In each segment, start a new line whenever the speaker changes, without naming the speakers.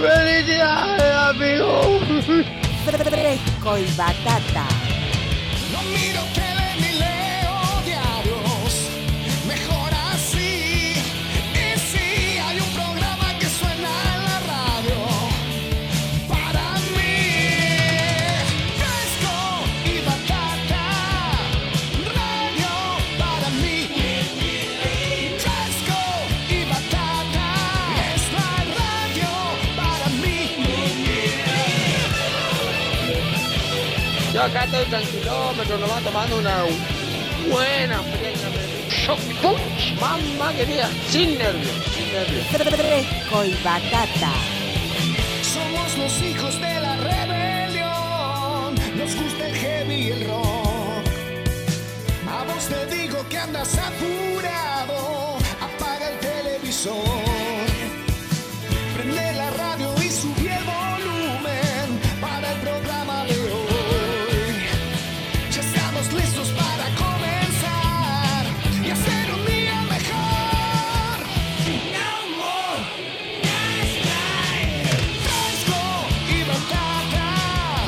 ¡Felicidades, amigo!
Fresco y batata.
No miro tele ni leo diarios, mejor así. Y si hay un programa que suena en la radio, para mí, fresco y batata. Radio para mí, fresco y batata. Es la radio para mí.
Yo acá estoy tranquilo, pero nomás tomando una buena pequeña shock punch. Mamma querida, sin nervios, sin nervios.
Fresco y batata.
Somos los hijos de la rebelión. Nos gusta el heavy y el rock. A vos te digo que andas apurado. Apaga el televisor. Prende la radio y subí el volumen para el programa de hoy. Ya estamos listos para comenzar y hacer un día mejor. No more Fresco y batata,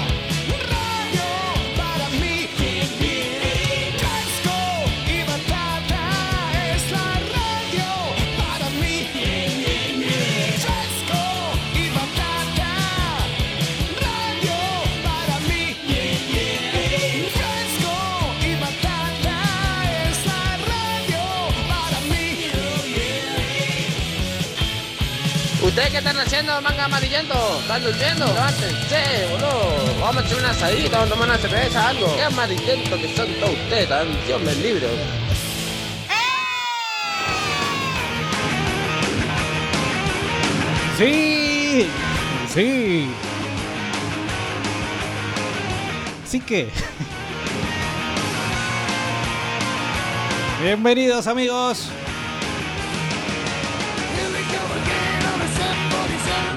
radio para mí. Fresco y batata es la radio para mí. Fresco y batata, radio para mí. Fresco y batata es la radio para mí.
¿Ustedes qué están haciendo, manga amarillento? ¿Están durmiendo? Levántense, boludo. Vamos a echar una asadita, vamos a tomar una cerveza, algo. Qué amarillento que son todos ustedes, tan- Dios me libre.
Sí, sí. Así que... Bienvenidos amigos.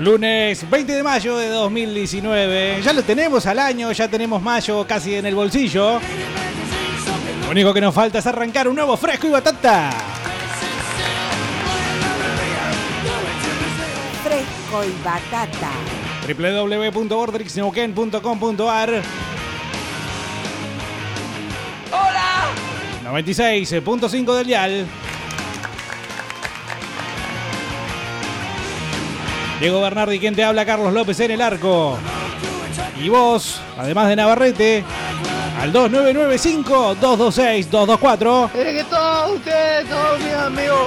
Lunes 20 de mayo de 2019. Ya lo tenemos al año, ya tenemos mayo casi en el bolsillo. Lo único que nos falta es arrancar un nuevo fresco y batata.
Fresco y batata.
www.bordrixneuquén.com.ar 96.5 del Dial. Diego Bernardi, quien te habla, Carlos López en el arco. Y vos, además de Navarrete, al 2995-226-224.
Es
Eh,
que todos ustedes son mis amigos.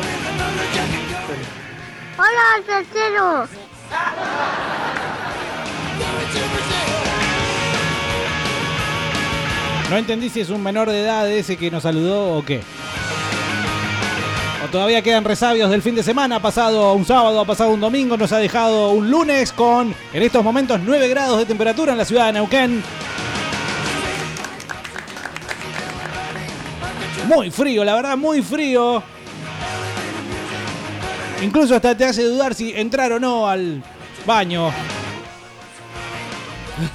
Hola, tercero.
No entendí si es un menor de edad ese que nos saludó o qué. O todavía quedan resabios del fin de semana, ha pasado un sábado, ha pasado un domingo, nos ha dejado un lunes con, en estos momentos, 9 grados de temperatura en la ciudad de Neuquén. Muy frío, la verdad, muy frío. Incluso hasta te hace dudar si entrar o no al baño.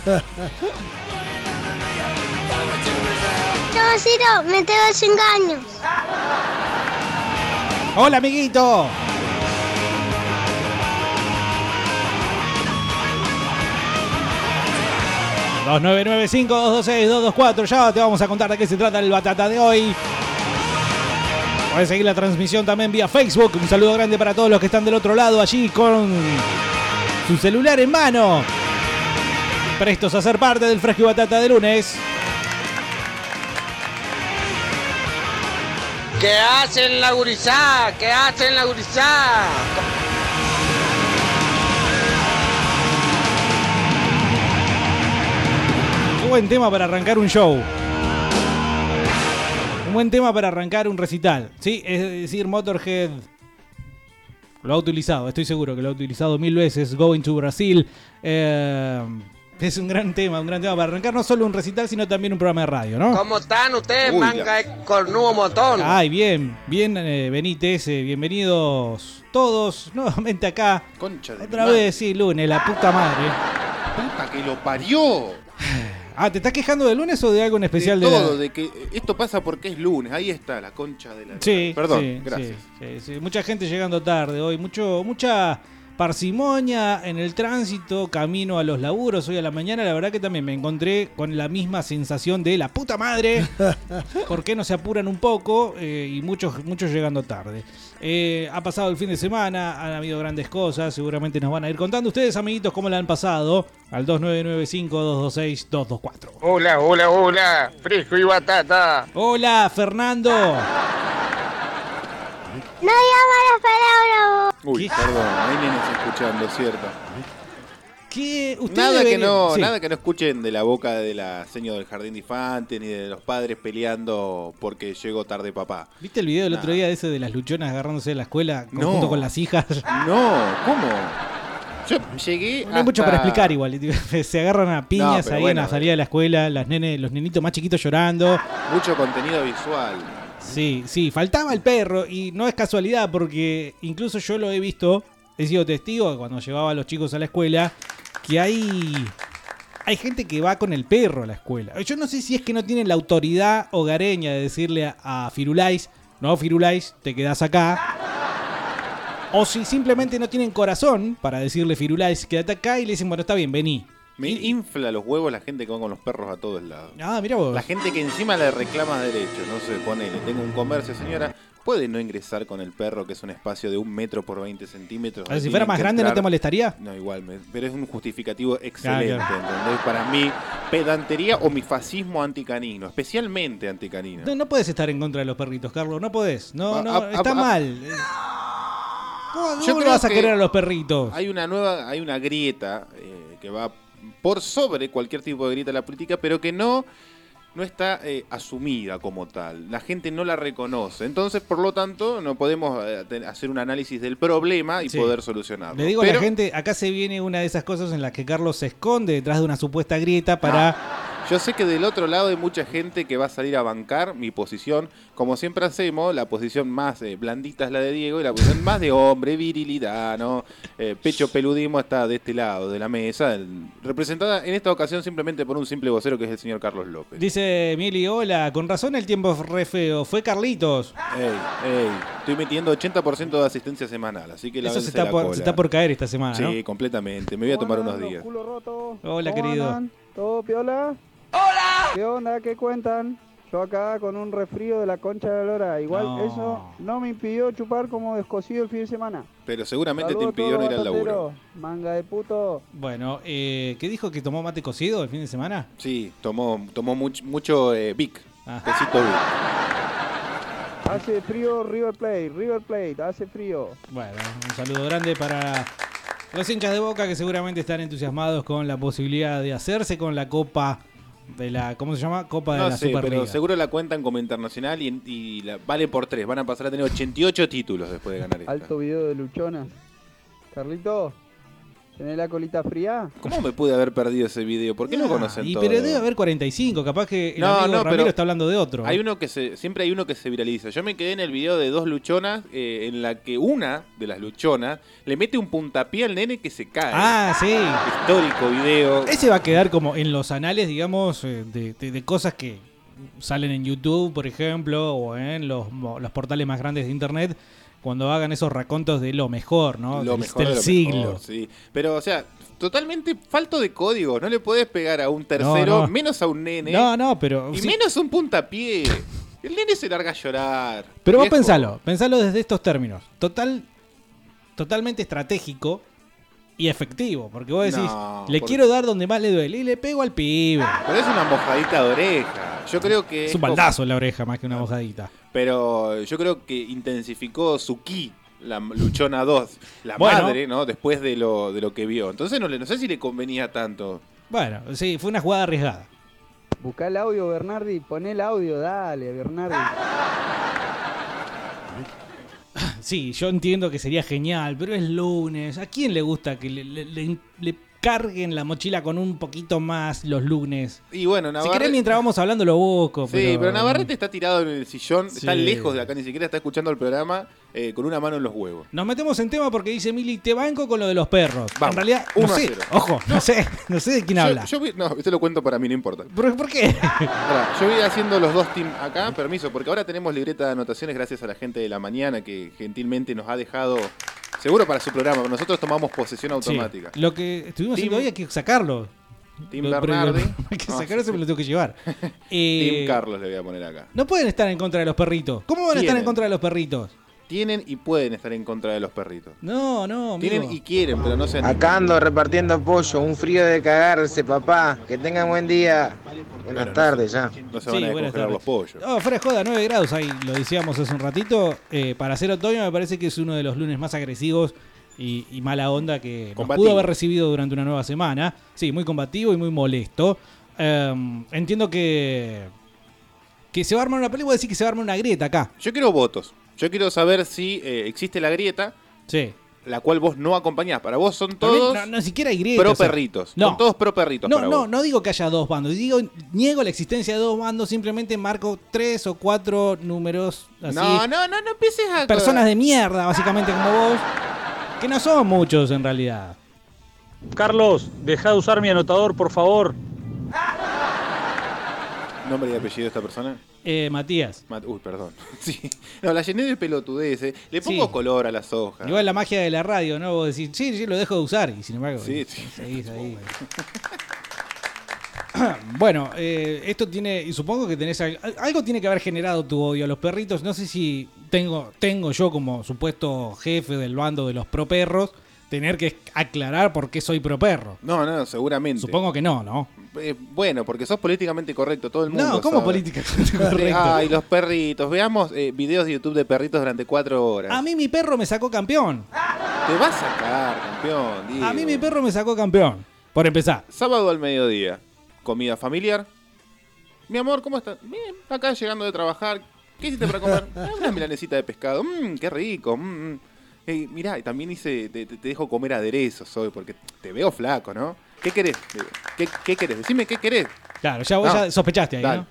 Tercero, me te los engaños.
Hola, amiguito. Dos nueve nueve cinco dos dos seis dos dos cuatro. Ya te vamos a contar de qué se trata el batata de hoy. Puedes seguir la transmisión también vía Facebook. Un saludo grande para todos los que están del otro lado allí con su celular en mano. Prestos a ser parte del fresco y batata de lunes.
¿Qué hacen la gurizá? ¿Qué hacen la gurizá?
Un buen tema para arrancar un show. Un buen tema para arrancar un recital. Sí, es decir, Motorhead lo ha utilizado, estoy seguro que lo ha utilizado mil veces. Going to Brasil. eh, es un gran tema, un gran tema para arrancar no solo un recital, sino también un programa de radio, ¿no?
¿Cómo están ustedes, manga de cornudo montón?
Ay, bien, bien, eh, Benítez, eh, bienvenidos todos nuevamente acá.
Concha de
Otra
mi madre,
vez, sí, lunes, la puta madre.
Puta que lo parió.
Ah, ¿te estás quejando del lunes o de algo en especial
de
de la-
todo, de que eh, esto pasa porque es lunes. Ahí está la concha de la.
Sí,
Perdón,
sí,
gracias.
sí, sí, sí. Mucha gente llegando tarde hoy, mucho, mucha, parsimonia en el tránsito, camino a los laburos hoy a la mañana, la verdad que también me encontré con la misma sensación de la puta madre, ¿por qué no se apuran un poco? Eh, y muchos, muchos llegando tarde. Eh, ha pasado el fin de semana, han habido grandes cosas, seguramente nos van a ir contando ustedes, amiguitos, cómo la han pasado al 2995-226-224.
Hola, hola, hola, fresco y batata.
Hola, Fernando.
No llama las palabras vos.
Uy,
¿Qué?
perdón, hay nenes escuchando, ¿cierto?
¿Qué? Usted
Nada que,
debería-
no,
Sí.
nada que no escuchen de la boca de la señora del jardín de infantes ni de los padres peleando porque llegó tarde papá.
¿Viste el video del otro
Nah.
día de ese de las luchonas agarrándose de la escuela con-
No.
junto con las hijas?
No, ¿cómo? Yo llegué
No hay mucho
hasta-
para explicar igual. digo, Se agarran a
No,
piñas
pero
ahí en la
bueno. eh.
salida de la escuela, las nenes, los nenitos más chiquitos llorando.
Mucho contenido visual.
Sí, sí, faltaba el perro y no es casualidad porque incluso yo lo he visto, he sido testigo cuando llevaba a los chicos a la escuela, que hay, hay gente que va con el perro a la escuela. Yo no sé si es que no tienen la autoridad hogareña de decirle a, a Firulais, no Firulais, te quedás acá. O si simplemente no tienen corazón para decirle Firulais, quédate acá y le dicen, bueno, está bien, vení.
Me infla los huevos la gente que va con los perros a todos lados.
Ah, mira vos.
La gente que encima le reclama derechos, no se pone, le tengo un comercio, señora, puede no ingresar con el perro, que es un espacio de un metro por 20 centímetros.
A ver, Ah, si
Tiene
fuera
que
más grande, ¿no te
entrar-
molestaría?
No, igual, me- pero es un justificativo excelente,
Claro,
¿entendés? Para mí, pedantería o mi fascismo anticanino, especialmente anticanino.
No, no puedes estar en contra de los perritos, Carlos. No podés. No,
Ah,
no,
ah,
está
ah,
mal. ¿Cómo,
Yo
cómo le
creo
vas a
que
querer a los perritos?
Hay una nueva, hay una grieta eh, que va por sobre cualquier tipo de grieta de la política, pero que no, no está eh, asumida como tal. La gente no la reconoce. Entonces, por lo tanto, no podemos eh, ten- hacer un análisis del problema y
Sí.
poder solucionarlo.
Le digo a
Pero
la gente, acá se viene una de esas cosas en las que Carlos se esconde detrás de una supuesta grieta
Ah.
para...
Yo sé que del otro lado hay mucha gente que va a salir a bancar mi posición, como siempre hacemos, la posición más eh, blandita es la de Diego y la posición más de hombre, virilidad, ¿no? Eh, pecho peludismo está de este lado de la mesa, el- representada en esta ocasión simplemente por un simple vocero que es el señor Carlos López.
Dice Mili, hola, con razón el tiempo es re feo. Fue Carlitos.
Ey, ey, estoy metiendo 80% de asistencia semanal, así que la
Eso
vence
se está,
la
por,
cola.
se está por caer esta semana,
Sí, completamente, me voy a tomar unos días.
Hola, querido.
¿Todo piola? ¡Hola! ¿Qué onda? ¿Qué cuentan? Yo acá con un resfrío de la concha de la lora. Igual
No.
eso no me impidió chupar como descosido el fin de semana.
Pero seguramente
Saludos
te
a
impidió
todos
no ir al
los
laburo.
batateros. Manga de puto.
¿no? Bueno, eh, ¿qué dijo que tomó mate cocido el fin de semana?
Sí, tomó, tomó much- mucho eh, Vic,
Ah.
pesito Vic.
Hace frío River Plate, River Plate, hace frío.
Bueno, un saludo grande para los hinchas de Boca que seguramente están entusiasmados con la posibilidad de hacerse con la Copa de la ¿cómo se llama? Copa de
No
la
sé, pero
Superliga.
seguro la cuentan como internacional y, y la- vale por tres. Van a pasar a tener 88 títulos después de ganar esta.
Alto video de luchonas. Carlito, ¿tenés la colita fría?
¿Cómo me pude haber perdido ese video? ¿Por qué no conocen
Ah, y
todo?
pero debe haber 45, capaz que el
No,
amigo
no,
Ramiro
pero
está hablando de otro.
Hay uno que se, siempre hay uno que se viraliza. Yo me quedé en el video de dos luchonas eh, en la que una de las luchonas le mete un puntapié al nene que se cae.
Ah, sí.
Histórico video.
Ese va a quedar como en los anales, digamos, eh, de, de- de cosas que salen en YouTube, por ejemplo, o en los, mo- los portales más grandes de internet, cuando hagan esos racontos de lo mejor, ¿no?
Lo
del,
mejor
del
de lo
siglo.
mejor, sí. Pero, o sea, totalmente falto de código. No le podés pegar a un tercero,
no.
menos a un nene.
No, no, pero
Y
sí,
menos un puntapié. El nene se larga a llorar.
Pero vos
Viejo.
pensalo, pensalo desde estos términos. Total, totalmente estratégico y efectivo. Porque vos decís,
No,
le
por- Ah,
quiero dar donde más le duele y le pego al pibe.
Pero es una mojadita de oreja. Yo creo que.
Es un
como-
baldazo en la oreja más que una mojadita.
Pero yo creo que intensificó su ki, la luchona 2, la
Bueno.
madre, ¿no? Después de lo, de lo que vio. Entonces no, le- no sé si le convenía tanto.
Bueno, sí, fue una jugada arriesgada.
Buscá el audio, Bernardi. Poné el audio, dale, Bernardi.
Sí, yo entiendo que sería genial, pero es lunes. ¿A quién le gusta que le, le- le- le carguen la mochila con un poquito más los lunes?
Y bueno,
Si
Navarrete.
querés, mientras vamos hablando, lo busco.
Sí, pero... Navarrete está tirado en el sillón, está
Sí.
lejos de acá, ni siquiera está escuchando el programa eh, con una mano en los huevos.
Nos metemos en tema porque dice Mili, te banco con lo de los perros.
Vamos,
en realidad, no
uno a
sé,
cero.
ojo, no. sé, no sé de quién
Yo-
habla.
Yo, vi- no, esto lo cuento para mí, no importa.
¿Por, por qué?
Pará, yo voy haciendo los dos teams acá, permiso, porque ahora tenemos libreta de anotaciones gracias a la gente de la mañana que gentilmente nos ha dejado Seguro para su programa, pero nosotros tomamos posesión automática.
Sí, Lo que estuvimos
Tim-
haciendo hoy hay que sacarlo.
Tim
Lo-
Bernardi.
Hay que
No,
sacarlo,
sí,
se me
sí.
lo tengo que llevar.
Tim
Eh,
Carlos le voy a poner acá.
no pueden estar en contra de los perritos. ¿Cómo van a estar
Tienen.
en contra de los perritos?
Tienen y pueden estar en contra de los perritos.
No, no, amigo.
Tienen y quieren, pero no se han-
Acá ando repartiendo pollo, un frío de cagarse, papá. Que tengan buen día. Buenas tardes ya.
no se
Sí,
van a descongelar
buenas tardes.
los pollos.
No, fuera de joda, 9 grados ahí, lo decíamos hace un ratito. Eh, para hacer otoño me parece que es uno de los lunes más agresivos y, y mala onda que nos
Combativo.
pudo haber recibido durante una nueva semana. Sí, muy combativo y muy molesto. Em, entiendo que que se va a armar una película, decir que se va a armar una grieta acá.
Yo quiero votos. Yo quiero saber si eh, existe la grieta,
Sí.
la cual vos no acompañás. Para vos son todos
no, no siquiera hay grieta.
pro
o sea,
perritos.
No.
Son todos pro perritos
No,
para
no,
vos.
no digo que haya dos bandos. Digo, niego la existencia de dos bandos, simplemente marco tres o cuatro números así.
no, no, no, no empieces a.
personas de mierda, básicamente como vos, que no son muchos en realidad.
Carlos, deja de usar mi anotador, por favor.
Nombre y apellido de esta persona.
Eh, Matías,
Mat- Uy, perdón. Sí. No, la llené de pelotudeces. Le pongo
Sí.
color a las hojas.
igual la magia de la radio, ¿no? Vos decís, sí, sí, lo dejo de usar, y sin embargo,
Sí, sí.
seguís ahí. bueno, eh, esto tiene, y supongo que tenés al- algo tiene que haber generado tu odio a los perritos. No sé si tengo, tengo yo como supuesto jefe del bando de los pro perros tener que aclarar por qué soy pro perro.
No, no, seguramente.
Supongo que no, ¿no?
Eh, bueno, porque sos políticamente correcto, todo el mundo.
No, ¿cómo
sabe.
política? Correcto.
Ay, los perritos. Veamos eh, videos de YouTube de perritos durante cuatro horas.
A mí mi perro me sacó campeón.
Te vas a sacar, campeón. Diego.
A mí mi perro me sacó campeón. Por empezar.
Sábado al mediodía. Comida familiar. Mi amor, ¿cómo estás? Bien, acá llegando de trabajar. ¿Qué hiciste para comer? "Ah, Una milanesita de pescado. Mmm, qué rico. Mmm. mm". Ey, mirá, y también hice, te, te- te dejo comer aderezos hoy porque te veo flaco, ¿no? ¿Qué querés? Diego? ¿Qué, qué querés? Decime qué querés.
Claro, ya vos
No.
ya sospechaste ahí,
Dale.
¿no?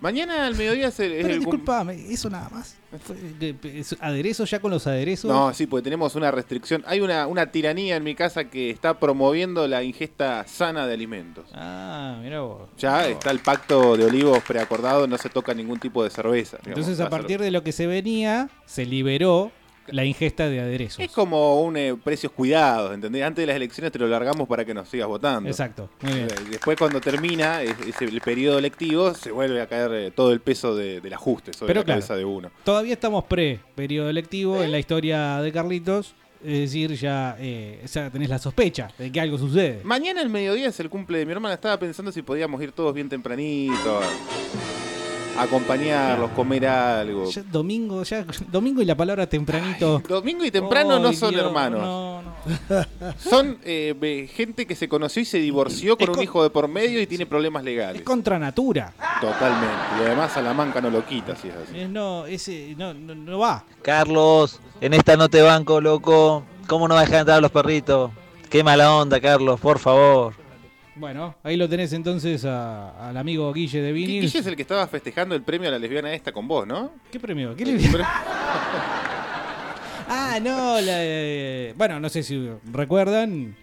Mañana al mediodía es el, es
Pero
el cum-
disculpame, eso nada más. Fue- de- de- es- Aderezo ya con los aderezos.
No, sí, porque tenemos una restricción. Hay una, una tiranía en mi casa que está promoviendo la ingesta sana de alimentos.
Ah, mira vos.
Ya está el pacto de olivos preacordado, no se toca ningún tipo de cerveza. digamos.
Entonces,
Va
a
ser-
partir de lo que se venía, se liberó la ingesta de aderezos.
Es como un eh, precios cuidados, ¿entendés? Antes de las elecciones te lo largamos para que nos sigas votando.
Exacto, muy
Eh,
bien.
Después cuando termina es- es el periodo electivo se vuelve a caer eh, todo el peso de- del ajuste sobre
Pero
la
claro.
cabeza de uno.
Todavía estamos pre periodo electivo en la historia de Carlitos. Es decir, ya, eh, ya tenés la sospecha de que algo sucede.
Mañana al mediodía es el cumple de mi hermana. Estaba pensando si podíamos ir todos bien tempranito. a- a Acompañarlos, comer algo.
Ya domingo, ya, domingo y la palabra tempranito.
Domingo y temprano no
Ay,
son
Dios,
hermanos.
no, no.
Son eh, ve- gente que se conoció y se divorció con
Es
un
con-
hijo de por medio y tiene problemas legales.
Es contra natura.
Totalmente. Y además Salamanca no lo quita, si es así.
Es no, ese no, no, no va.
Carlos, en esta no te banco, loco. ¿Cómo no vas a dejar entrar a los perritos? Qué mala onda, Carlos, por favor.
Bueno, ahí lo tenés entonces a- al amigo Guille de
Gui-
Vinil.
Guille es el que estaba festejando el premio a la lesbiana esta con vos, ¿no?
¿Qué premio? ¿Qué
El
le-
pre-
Ah, no, la- eh, bueno, no sé si recuerdan.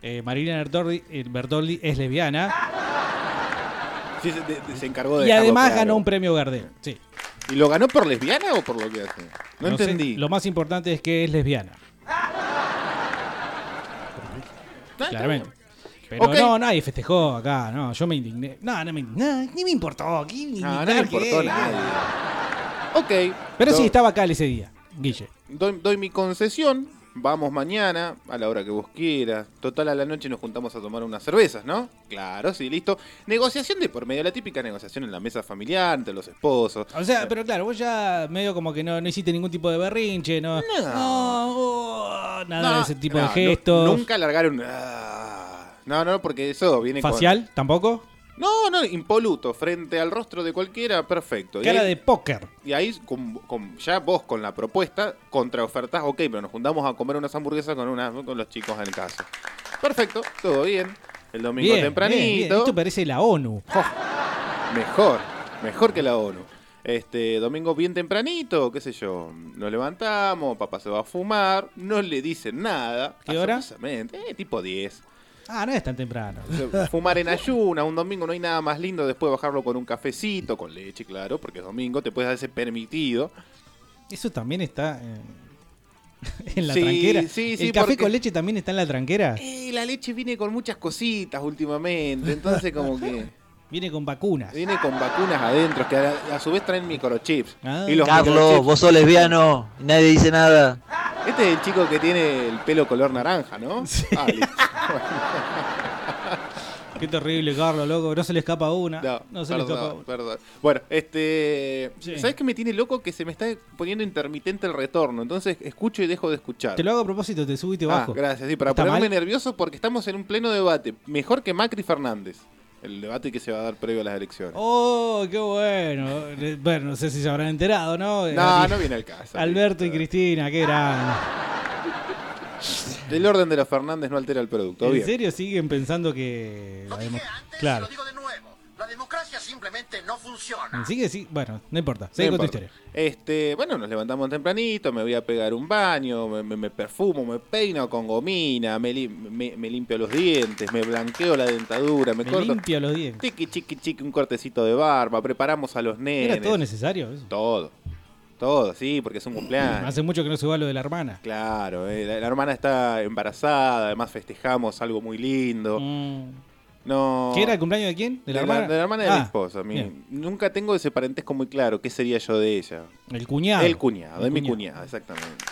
eh, Marilina Bertoldi, eh, Bertoldi es lesbiana
Sí, se, de- de- se encargó de
y
dejarlo
además
claro.
ganó un premio Gardel. Sí.
¿Y lo ganó por lesbiana o por lo que hace? No,
sé,
entendí.
lo más importante es que es lesbiana,
Ah, está
claramente.
bien.
Pero
Ok.
no, nadie festejó acá, no, yo me indigné. No, no me indigné, ni me importó. ¿qué
No, no
indignar
le
que
importó a
es?
nadie. Ok.
Pero sí,
do-
estaba acá ese día, Guille.
Doy, doy mi concesión. Vamos mañana, a la hora que vos quieras. Total, a la noche nos juntamos a tomar unas cervezas, ¿no? Claro, sí, listo. Negociación de por medio, la típica negociación en la mesa familiar, entre los esposos.
O sea, pero claro, vos ya medio como que no, no hiciste ningún tipo de berrinche, no. No, oh, nada de ese tipo de
no,
gestos.
nu- nunca largaron. "Ah". No, no, porque eso viene con-
Facial, tampoco.
No, no, impoluto. Frente al rostro de cualquiera, perfecto. Y
Cara
ahí-
de póker.
Y ahí, con- con- ya vos con la propuesta, contraofertás, ok, pero nos juntamos a comer unas hamburguesas con, una, con los chicos en casa. Perfecto, todo bien. El domingo
Bien,
tempranito,
bien, bien. Esto parece la ONU.
mejor, mejor que la ONU. Este, domingo bien tempranito, qué sé yo, nos levantamos, papá se va a fumar, no le dicen nada.
¿Qué hora?
Asombrosamente, eh, tipo 10.
Ah, no es tan temprano.
O sea, Fumar en ayuna, un domingo no hay nada más lindo, después bajarlo con un cafecito, con leche, claro, porque es domingo, te puedes dar ese permitido.
Eso también está. eh, en la
Sí,
tranquera.
sí,
¿El
sí,
café
porque-
con leche también está en la tranquera?
Eh, la leche viene con muchas cositas últimamente, entonces como que...
Viene con vacunas.
Viene con vacunas adentro, que a, a su vez traen microchips.
Ah.
Ah. Y los
Carlos,
microchips-
vos sos lesbiano y nadie dice nada.
Este es el chico que tiene el pelo color naranja, ¿no? Ah, listo.
Qué terrible, Carlos, loco. No se le escapa una. No,
No,
se le escapa
perdón,
una.
perdón. Bueno, este.
Sí.
¿Sabes qué me tiene loco? Que se me está poniendo intermitente el retorno. Entonces escucho y dejo de escuchar.
Te lo hago a propósito, te subí y te
Ah,
bajo.
gracias. Sí, para
¿Está
ponerme
mal?
nervioso porque estamos en un pleno debate. Mejor que Macri y Fernández. El debate que se va a dar previo a las elecciones.
Oh, qué bueno. Eh, Bueno, no sé si se habrán enterado, ¿no? Eh,
No, no viene al caso.
Alberto y Cristina, qué grande.
El orden de los Fernández no altera el producto.
¿En
bien.
serio siguen pensando que.? la demo- claro. Sigue, sí. Bueno, no importa. Sigue
No
con tu
importa.
historia.
Este, bueno, nos levantamos tempranito, me voy a pegar un baño, me, me- me perfumo, me peino con gomina, me, li- me- me limpio los dientes, me blanqueo la dentadura, me,
Me
corto.
limpio los dientes.
Chiqui, chiqui, chiqui, un cortecito de barba, preparamos a los nenes.
¿Era todo necesario? eso?
Todo. Todo, sí, porque es un cumpleaños.
Hace mucho que no se va lo de la hermana.
Claro, eh, la, la hermana está embarazada, además festejamos algo muy lindo.
Mm.
No.
¿Qué era el cumpleaños de quién? ¿De la hermana?
de la hermana de
Ah,
mi esposa. mi-
bien.
nunca tengo ese parentesco muy claro. ¿Qué sería yo de ella?
El cuñado.
El cuñado,
El
de mi
cuñado.
cuñada, exactamente.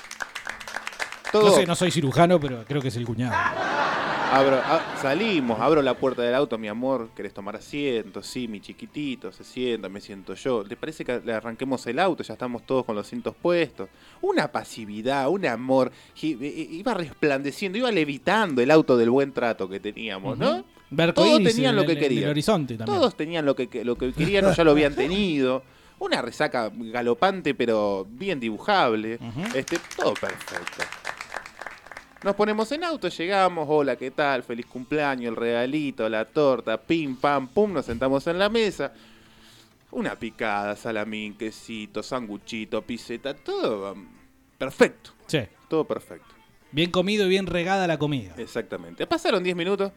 No
Todo. Ah,
sé, no soy cirujano, pero creo que es el cuñado.
abro- a- salimos, abro la puerta del auto, mi amor, ¿querés tomar asiento? Sí, mi chiquitito, se sienta, me siento yo. ¿Le parece que le arranquemos el auto? Ya estamos todos con los cintos puestos. Una pasividad, un amor. I- i- Iba resplandeciendo, iba levitando el auto del buen trato que teníamos, ¿no?
Ujú. Barco
Todos
iris
tenían
en
lo
el-
que
en el
querían.
horizonte también.
Todos tenían lo que, que- lo que querían o ya lo habían tenido. Una resaca galopante pero bien dibujable. este, todo perfecto. Nos ponemos en auto, llegamos, hola, ¿qué tal? Feliz cumpleaños, el regalito, la torta, pim, pam, pum, nos sentamos en la mesa. Una picada, salamín, quesito, sanguchito, piseta, todo um, perfecto,
Sí.
todo perfecto.
Bien comido y bien regada la comida.
Exactamente. Pasaron 10 minutos.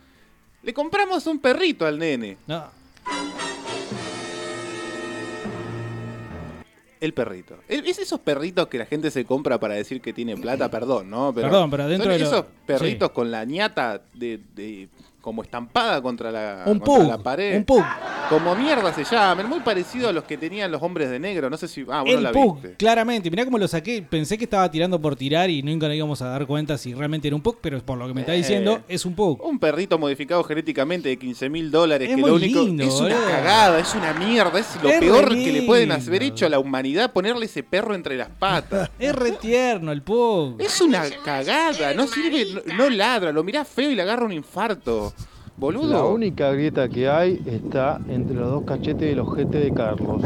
Le compramos un perrito al nene.
No.
El perrito. El- Es esos perritos que la gente se compra para decir que tiene plata, perdón, ¿no?
Perdón, pero dentro
son
de lo-
esos perritos con la ñata de, de- como estampada contra la,
Un
contra
pug,
la pared.
un pug.
Como mierda se llaman, muy parecido a los que tenían los hombres de negro. No sé si. Ah, vos no
el
la
pug,
viste.
claramente. Mirá cómo lo saqué. Pensé que estaba tirando por tirar y nunca nos íbamos a dar cuenta si realmente era un pug, pero por lo que me está
Eh,
diciendo, es un pug.
Un perrito modificado genéticamente de 15 mil dólares,
Es
que
muy
lo único
lindo,
es una
boludo.
cagada, es una mierda, es lo
Es re
peor que le pueden
lindo.
haber hecho a la humanidad ponerle ese perro entre las patas.
Es re tierno el pug.
Es una cagada, no sirve, no, no ladra, lo mirás feo y le agarra un infarto.
La
Boludo.
única grieta que hay está entre los dos cachetes del ojete de Carlos.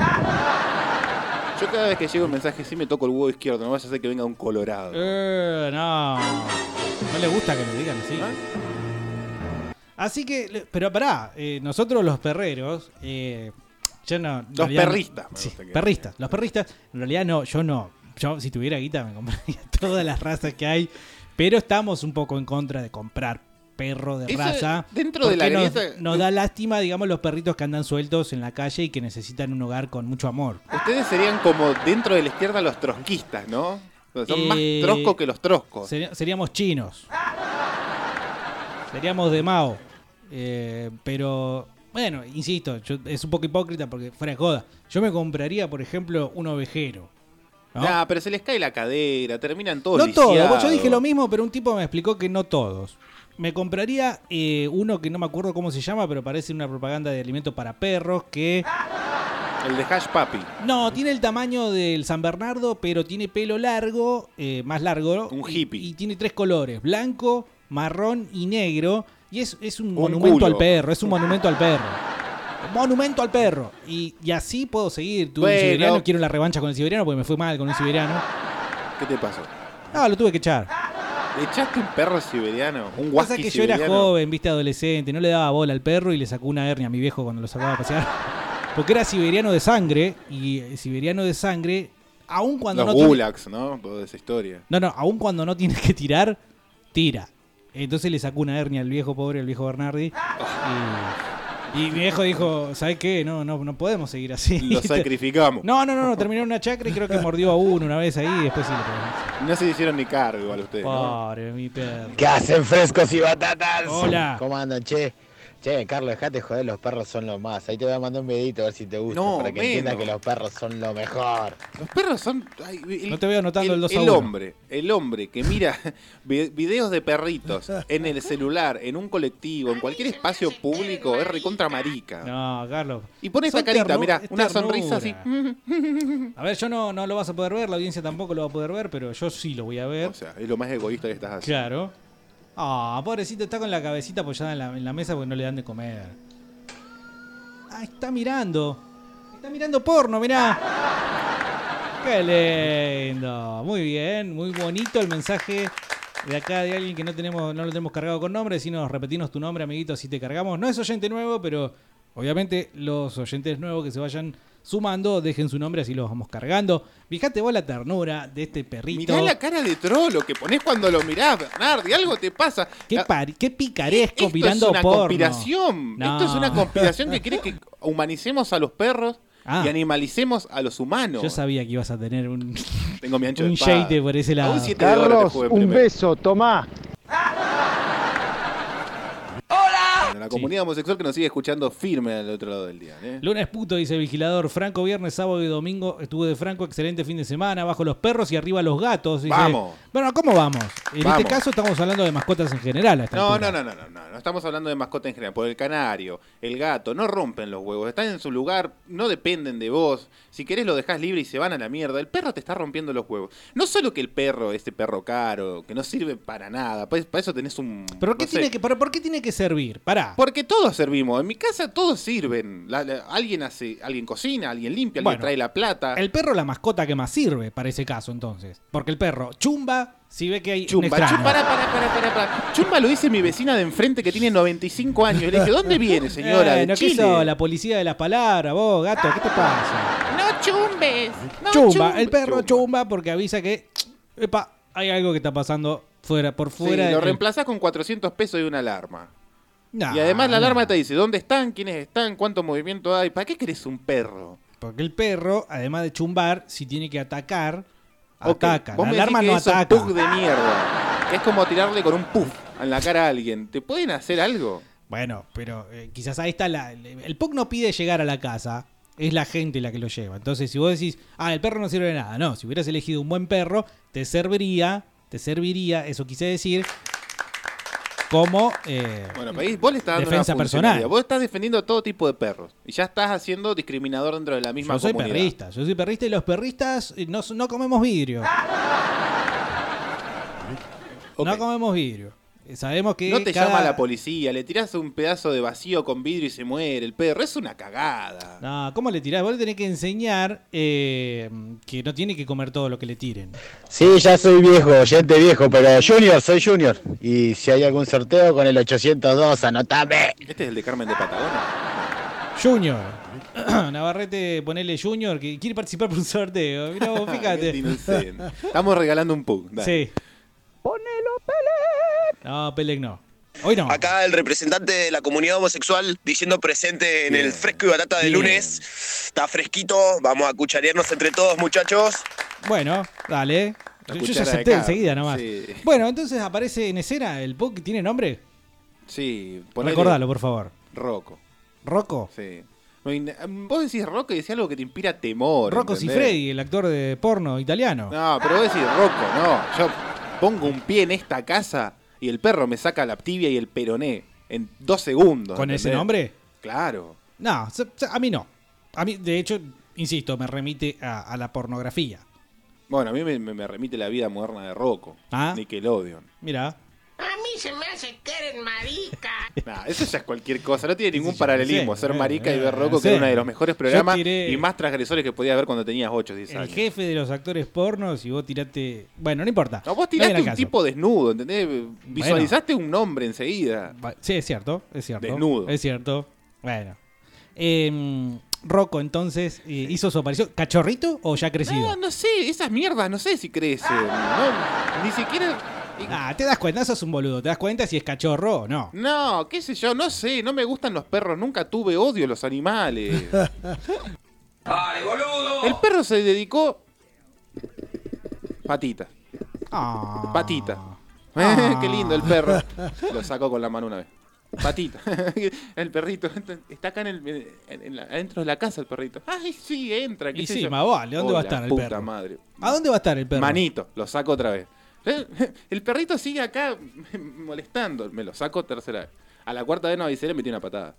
Yo cada vez que llega un mensaje sí me toco el huevo izquierdo, no vaya a ser que venga un colorado.
Eh, no. No le gusta que le digan así.
¿Ah?
Así que, le- pero pará, eh, nosotros los perreros, eh, yo no. en
Los
realidad no-
perristas, me
sí,
gusta que-
perristas. Los perristas, en realidad no, yo no. Yo, si tuviera guita, me compraría todas las razas que hay. Pero estamos un poco en contra de comprar perro de
Eso,
raza.
dentro de la
porque nos,
grieta-
nos da lástima, digamos, los perritos que andan sueltos en la calle y que necesitan un hogar con mucho amor.
Ustedes serían como dentro de la izquierda los trotskistas, ¿no? Son más
Eh,
troscos que los troscos.
Seri- seríamos chinos. Seríamos de Mao. Eh, pero, bueno, insisto, yo- es un poco hipócrita porque fuera de joda. Yo me compraría, por ejemplo, un ovejero. ¿no?
Nah, pero se les cae la cadera, terminan todos
No todos,
lisiados.
yo dije lo mismo, pero un tipo me explicó que no todos. Me compraría eh, uno que no me acuerdo cómo se llama, pero parece una propaganda de alimento para perros que...
El de Hash Papi.
No, tiene el tamaño del San Bernardo, pero tiene pelo largo, eh, más largo. ¿no?
Un
Y-
hippie.
Y, tiene tres colores, blanco, marrón y negro. Y es, es un,
Un
monumento
culo.
al perro, es un monumento al perro. Monumento al perro. Y, y así puedo seguir. Tuve un
Bueno.
siberiano, quiero la revancha con el siberiano porque me fue mal con el siberiano.
¿Qué te pasó?
Ah, lo tuve que echar.
¿Le echaste un perro siberiano? Un
Pasa
guasqui
que yo
siberiano.
era joven, viste, adolescente, no le daba bola al perro y le sacó una hernia a mi viejo cuando lo sacaba a pasear. Porque era siberiano de sangre y eh, siberiano de sangre, aun cuando
Los
no tiene-
gulags, ¿no? Toda esa historia.
No, no, aun cuando no tienes que tirar, tira. Entonces le sacó una hernia al viejo pobre, al viejo Bernardi. Y mi viejo dijo, ¿sabes qué? No, no, no podemos seguir así.
Lo sacrificamos.
No, no, no, no, terminó en una chacra y creo que mordió a uno una vez ahí y después sí lo
No se hicieron ni cargo igual ustedes. ¿no?
Pobre, mi perro.
¿Qué hacen frescos y batatas?
Hola.
¿Cómo andan, che? Che, Carlos, dejate joder, los perros son lo más. Ahí te voy a mandar un videito a ver si te gusta.
No,
para que
menos.
entiendas que los perros son lo mejor.
Los perros son. ay, el-
No te veo anotando el 2 a
El
1.
hombre, el hombre que mira vi- videos de perritos en el celular, en un colectivo, en cualquier espacio público, es recontra marica.
No, Carlos.
Y pone esa
Son
carita,
ternu-
mira,
es
una
ternura.
sonrisa así.
A ver, yo no, no lo vas a poder ver, la audiencia tampoco lo va a poder ver, pero yo sí lo voy a ver.
O sea, es lo más egoísta que estás haciendo.
Claro. Ah, pobrecito, está con la cabecita apoyada en la, en la mesa porque no le dan de comer. Ah, está mirando. Está mirando porno, mirá. Qué lindo. Muy bien, muy bonito el mensaje de acá de alguien que no tenemos, no lo tenemos cargado con nombre, sino repetinos tu nombre, amiguito, si te cargamos. No es oyente nuevo, pero obviamente los oyentes nuevos que se vayan sumando, dejen su nombre, así los vamos cargando. Fijate vos la ternura de este perrito.
Mirá la cara de trolo que pones cuando lo mirás, Bernardi. Algo te pasa.
Qué,
La-
pari- qué picaresco
Esto
mirando
es una
porno.
conspiración.
No.
Esto es una conspiración que quiere que humanicemos a los perros
Ah.
y animalicemos a los humanos.
Yo sabía que ibas a tener un,
Tengo mi ancho
un
de espada.
shade por ese
A
lado.
un siete de oro te
Ah. Carlos,
juego en
un
primera.
beso, tomá.
Ah.
En la comunidad homosexual que nos sigue escuchando firme al otro lado del día. ¿eh?
Lunes puto, dice el vigilador. Franco, viernes, sábado y domingo estuve de Franco. Excelente fin de semana. Bajo los perros y arriba los gatos. dice.
Vamos.
Bueno, ¿cómo vamos? En
Vamos.
este caso estamos hablando de mascotas en general. a esta
No,
altura.
no, no, no, no, no, no estamos hablando de mascota en general, porque el canario, el gato, no rompen los huevos, están en su lugar, no dependen de vos, si querés lo dejás libre y se van a la mierda, el perro te está rompiendo los huevos. No solo que el perro, este perro caro, que no sirve para nada, para eso tenés un...
¿Pero, qué
no sé,
tiene que, pero ¿por qué tiene que servir? Pará.
Porque todos servimos, en mi casa todos sirven, La- la- alguien hace, alguien cocina, alguien limpia, alguien
Bueno,
trae la plata.
El perro es la mascota que más sirve para ese caso, entonces. Porque el perro chumba si ve que hay un
Chumba,
extraño.
chumba, pará, pará, pará, pará, pará. Chumba lo dice mi vecina de enfrente que tiene 95 años. Le dije, ¿dónde viene, señora?
Eh,
de
no
Chile.
quiso la policía de las palabras, vos, gato, ¿qué te pasa?
No chumbes. No
chumba, el perro chumba. porque avisa que, epa, hay algo que está pasando fuera, por
Sí,
fuera.
lo
del-
reemplazás con 400 pesos y una alarma.
Nah,
y además la
nah,
alarma te dice dónde están, quiénes están, cuánto movimiento hay. ¿Para qué querés un perro?
Porque el perro, además de chumbar, si tiene que atacar,
Ok,
ataca.
vos
La
me
alarma
decís
no
que eso es
ataca.
pug de mierda. Que es como tirarle con un puff en la cara a alguien. ¿Te pueden hacer algo?
Bueno, pero eh, quizás ahí está la. El, el POC no pide llegar a la casa, es la gente la que lo lleva. Entonces, si vos decís, ah, el perro no sirve de nada. No, si hubieras elegido un buen perro, te serviría, te serviría, eso quise decir, como. eh,
Bueno, país, vos le estás dando
Defensa
una
personal.
funcionalidad. Vos estás defendiendo todo tipo de perros. Y ya estás haciendo discriminador dentro de la misma
yo soy
comunidad.
perrista, yo soy perrista y los perristas eh, no, no comemos vidrio. No comemos vidrio. Eh, Sabemos que.
No te
cada-
llama la policía, le tirás un pedazo de vacío con vidrio y se muere el perro. Es una cagada.
No, ¿cómo le tirás? Vos le tenés que enseñar eh, que no tiene que comer todo lo que le tiren.
Sí, ya soy viejo, oyente viejo, pero Junior, soy Junior. Y si hay algún sorteo con el 802, anotame.
Este es el de Carmen de Patagonia.
Junior. Navarrete, ponele Junior, que quiere participar por un sorteo. Mirá vos,
Qué
fíjate.
inocente. Estamos regalando un pug. dale.
sí. No, Pelec no. Hoy no.
Acá el representante de la comunidad homosexual diciendo presente en el fresco y batata de
Bien.
lunes. Está fresquito, vamos a cucharearnos entre todos, muchachos.
Bueno, dale.
La
Yo, yo
cuchara
ya
de
acepté
cada-
enseguida nomás.
sí.
Bueno, entonces aparece en escena el Puck que tiene nombre.
Sí, ponele
Recordalo, por favor.
Rocco.
¿Rocco?
Sí. mm, Vos decís Rocco y decís algo que te inspira temor.
Rocco
¿entendés?
Siffredi, el actor de porno italiano.
No, pero vos decís Rocco, no. Yo pongo un pie en esta casa y el perro me saca la tibia y el peroné en dos segundos.
¿Con ese
¿entendés?
nombre?
Claro.
No, se- se- a mí no. A mí, de hecho, insisto, me remite a, a la pornografía.
Bueno, a mí me, me- me remite la vida moderna de Rocco.
Ah.
Nickelodeon.
Mirá.
A mí se me hace que eres marica.
Nah, eso ya es cualquier cosa, no tiene ningún paralelismo.
sí,
Ser
eh,
marica y
eh,
ver Rocco,
sí.
que era uno de los mejores programas
Yo tiré-
y más transgresores que podías ver cuando tenías 8 o 10
El
años.
jefe de los actores pornos y vos tiraste... Bueno, no importa.
No, vos
viene
tiraste
al
un
caso.
tipo desnudo, ¿entendés? Visualizaste un nombre enseguida.
Va- Sí, es cierto, es cierto.
Desnudo.
Es cierto. Bueno. Eh, Rocco entonces eh, hizo su aparición. ¿Cachorrito o ya crecido?
No, no sé, esas mierdas, no sé si crecen. no, ni siquiera.
Ah, te das cuenta, sos un boludo. ¿Te das cuenta si es cachorro o no?
No, qué sé yo, no sé, no me gustan los perros, nunca tuve odio a los animales. boludo! El perro se dedicó. Patita. Patita.
Ah.
qué lindo el perro. Lo sacó con la mano una vez. Patita. el perrito está acá en el, en- en la- adentro de la casa el perrito. Ay, sí, entra. qué
Y
sé
sí,
yo.
más vale, ¿dónde
Oh,
va a
la
estar el
puta
perro?
madre.
¿A dónde va a estar el perro?
Manito, lo saco otra vez. El perrito sigue acá molestando. Me lo saco tercera vez. A la cuarta vez no avisé, le metí una patada.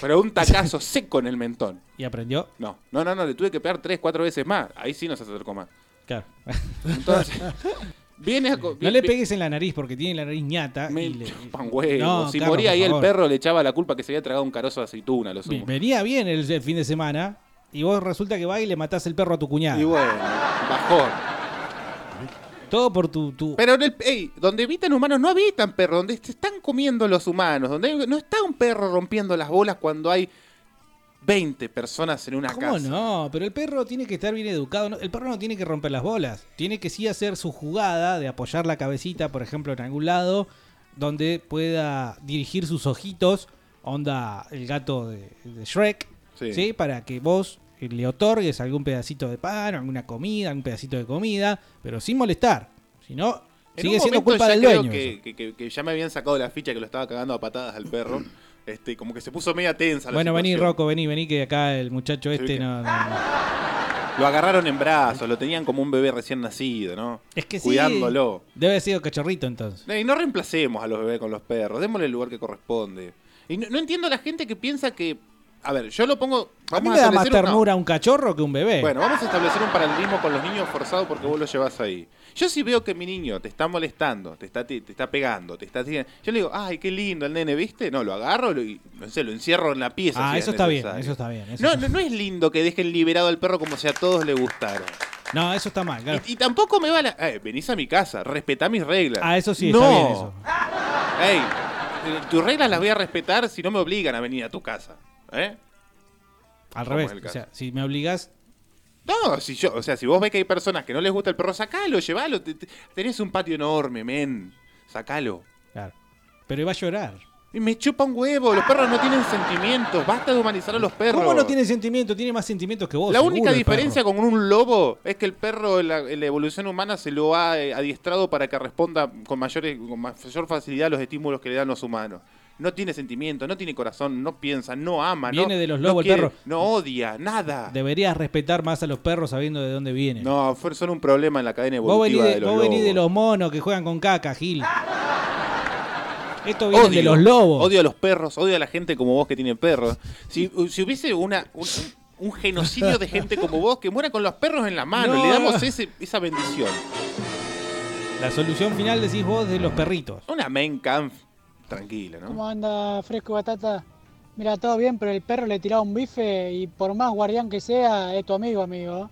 Pero un tacazo seco en el mentón.
¿Y aprendió?
No, no, no, no, le tuve que pegar tres, cuatro veces más. Ahí sí nos acercó más.
Claro.
Entonces, viene a. co-
No le
vi-
pegues en la nariz porque tiene la nariz ñata. y le-
pan huevo.
No,
si
Carlos,
moría
por
ahí el
favor.
perro le echaba la culpa que se había tragado un carozo de aceituna, lo sumo.
Venía bien el, el fin de semana y vos resulta que vas y le matás el perro a tu cuñado.
Y bueno, bajón.
Todo por tu. tu...
Pero en el, ey, donde habitan humanos no habitan perros, donde se están comiendo los humanos, donde hay- no está un perro rompiendo las bolas cuando hay 20 personas en una
¿Cómo
casa.
no? Pero el perro tiene que estar bien educado. no- El perro no tiene que romper las bolas. Tiene que sí hacer su jugada de apoyar la cabecita, por ejemplo, en algún lado donde pueda dirigir sus ojitos, onda el gato de, de Shrek,
Sí.
¿sí? para que vos eh, le otorgues algún pedacito de pan, alguna comida, algún pedacito de comida, pero sin molestar. Si no,
En
sigue
un
siendo
momento
culpa
ya
del
creo
dueño.
Que,
eso.
que- que- que ya me habían sacado la ficha que lo estaba cagando a patadas al perro. Este, como que se puso media tensa. la
Bueno, vení,
situación.
Rocco, vení, vení, que acá el muchacho este
que- Ah.
no- no- no.
Lo agarraron en brazos, lo tenían como un bebé recién nacido, ¿no?
Es que sí.
Cuidándolo.
Debe haber sido cachorrito entonces.
No, Y no reemplacemos a los bebés con los perros, démosle el lugar que corresponde. Y no, no entiendo a la gente que piensa que. A ver, yo lo pongo.
A mí
vamos
me da más
establecer una-
ternura un cachorro que un bebé.
Bueno, vamos a establecer un paralelismo con los niños forzados porque vos los llevas ahí. Yo si veo que mi niño te está molestando, te está, te, te está pegando, te está tirando, yo le digo, ay, qué lindo el nene, ¿viste? No, lo agarro, lo- y, no sé, lo encierro en la pieza.
ah,
si es
eso está bien,
necesario.
eso está bien. eso-
No, no, no es lindo que dejen liberado al perro como si a todos le gustara.
No, eso está mal, claro.
Y, y tampoco me va la... eh, venís a mi casa, respetá mis reglas.
Ah, eso sí,
no.
está bien eso.
Ey, eh, tus reglas las voy a respetar si no me obligan a venir a tu casa. ¿Eh?
Al
¿Cómo
revés.
es el
O sea, si me obligas.
No, si yo, o sea, si vos ves que hay personas que no les gusta el perro, sacalo, llévalo. te- te- tenés un patio enorme, men. Sacalo.
Claro. Pero iba a llorar.
Y me chupa un huevo, los perros no tienen sentimientos, basta de humanizar a los perros.
¿Cómo no tiene sentimiento? Tiene más sentimientos que vos.
La
seguro,
única
el
diferencia
perro.
con un lobo es que el perro, en la, en la evolución humana, se lo ha eh, adiestrado para que responda con, mayores, con mayor facilidad a los estímulos que le dan los humanos. No tiene sentimiento, no tiene corazón, no piensa, no ama, no-
Viene de los
no
lobos el
quiere,
perro.
No odia, nada.
Deberías respetar más a los perros sabiendo de dónde vienen.
No, fue- son un problema en la cadena
vos venís
evolutiva
de,
de los
vos venís de
lobos.
los monos que juegan con caca, Gil. Esto viene de los
lobos. Odio a los perros, odio a la gente como vos que tiene perros. Si, si hubiese una, un, un genocidio de gente como vos que muera con los perros en la mano,
No,
le damos
no.
ese- esa bendición.
La solución final decís vos de los perritos.
Una main camp tranquila, ¿no?
¿Cómo anda Fresco y Batata? Mira, todo bien, pero el perro le tiraba un bife y por más guardián que sea, es tu amigo, amigo.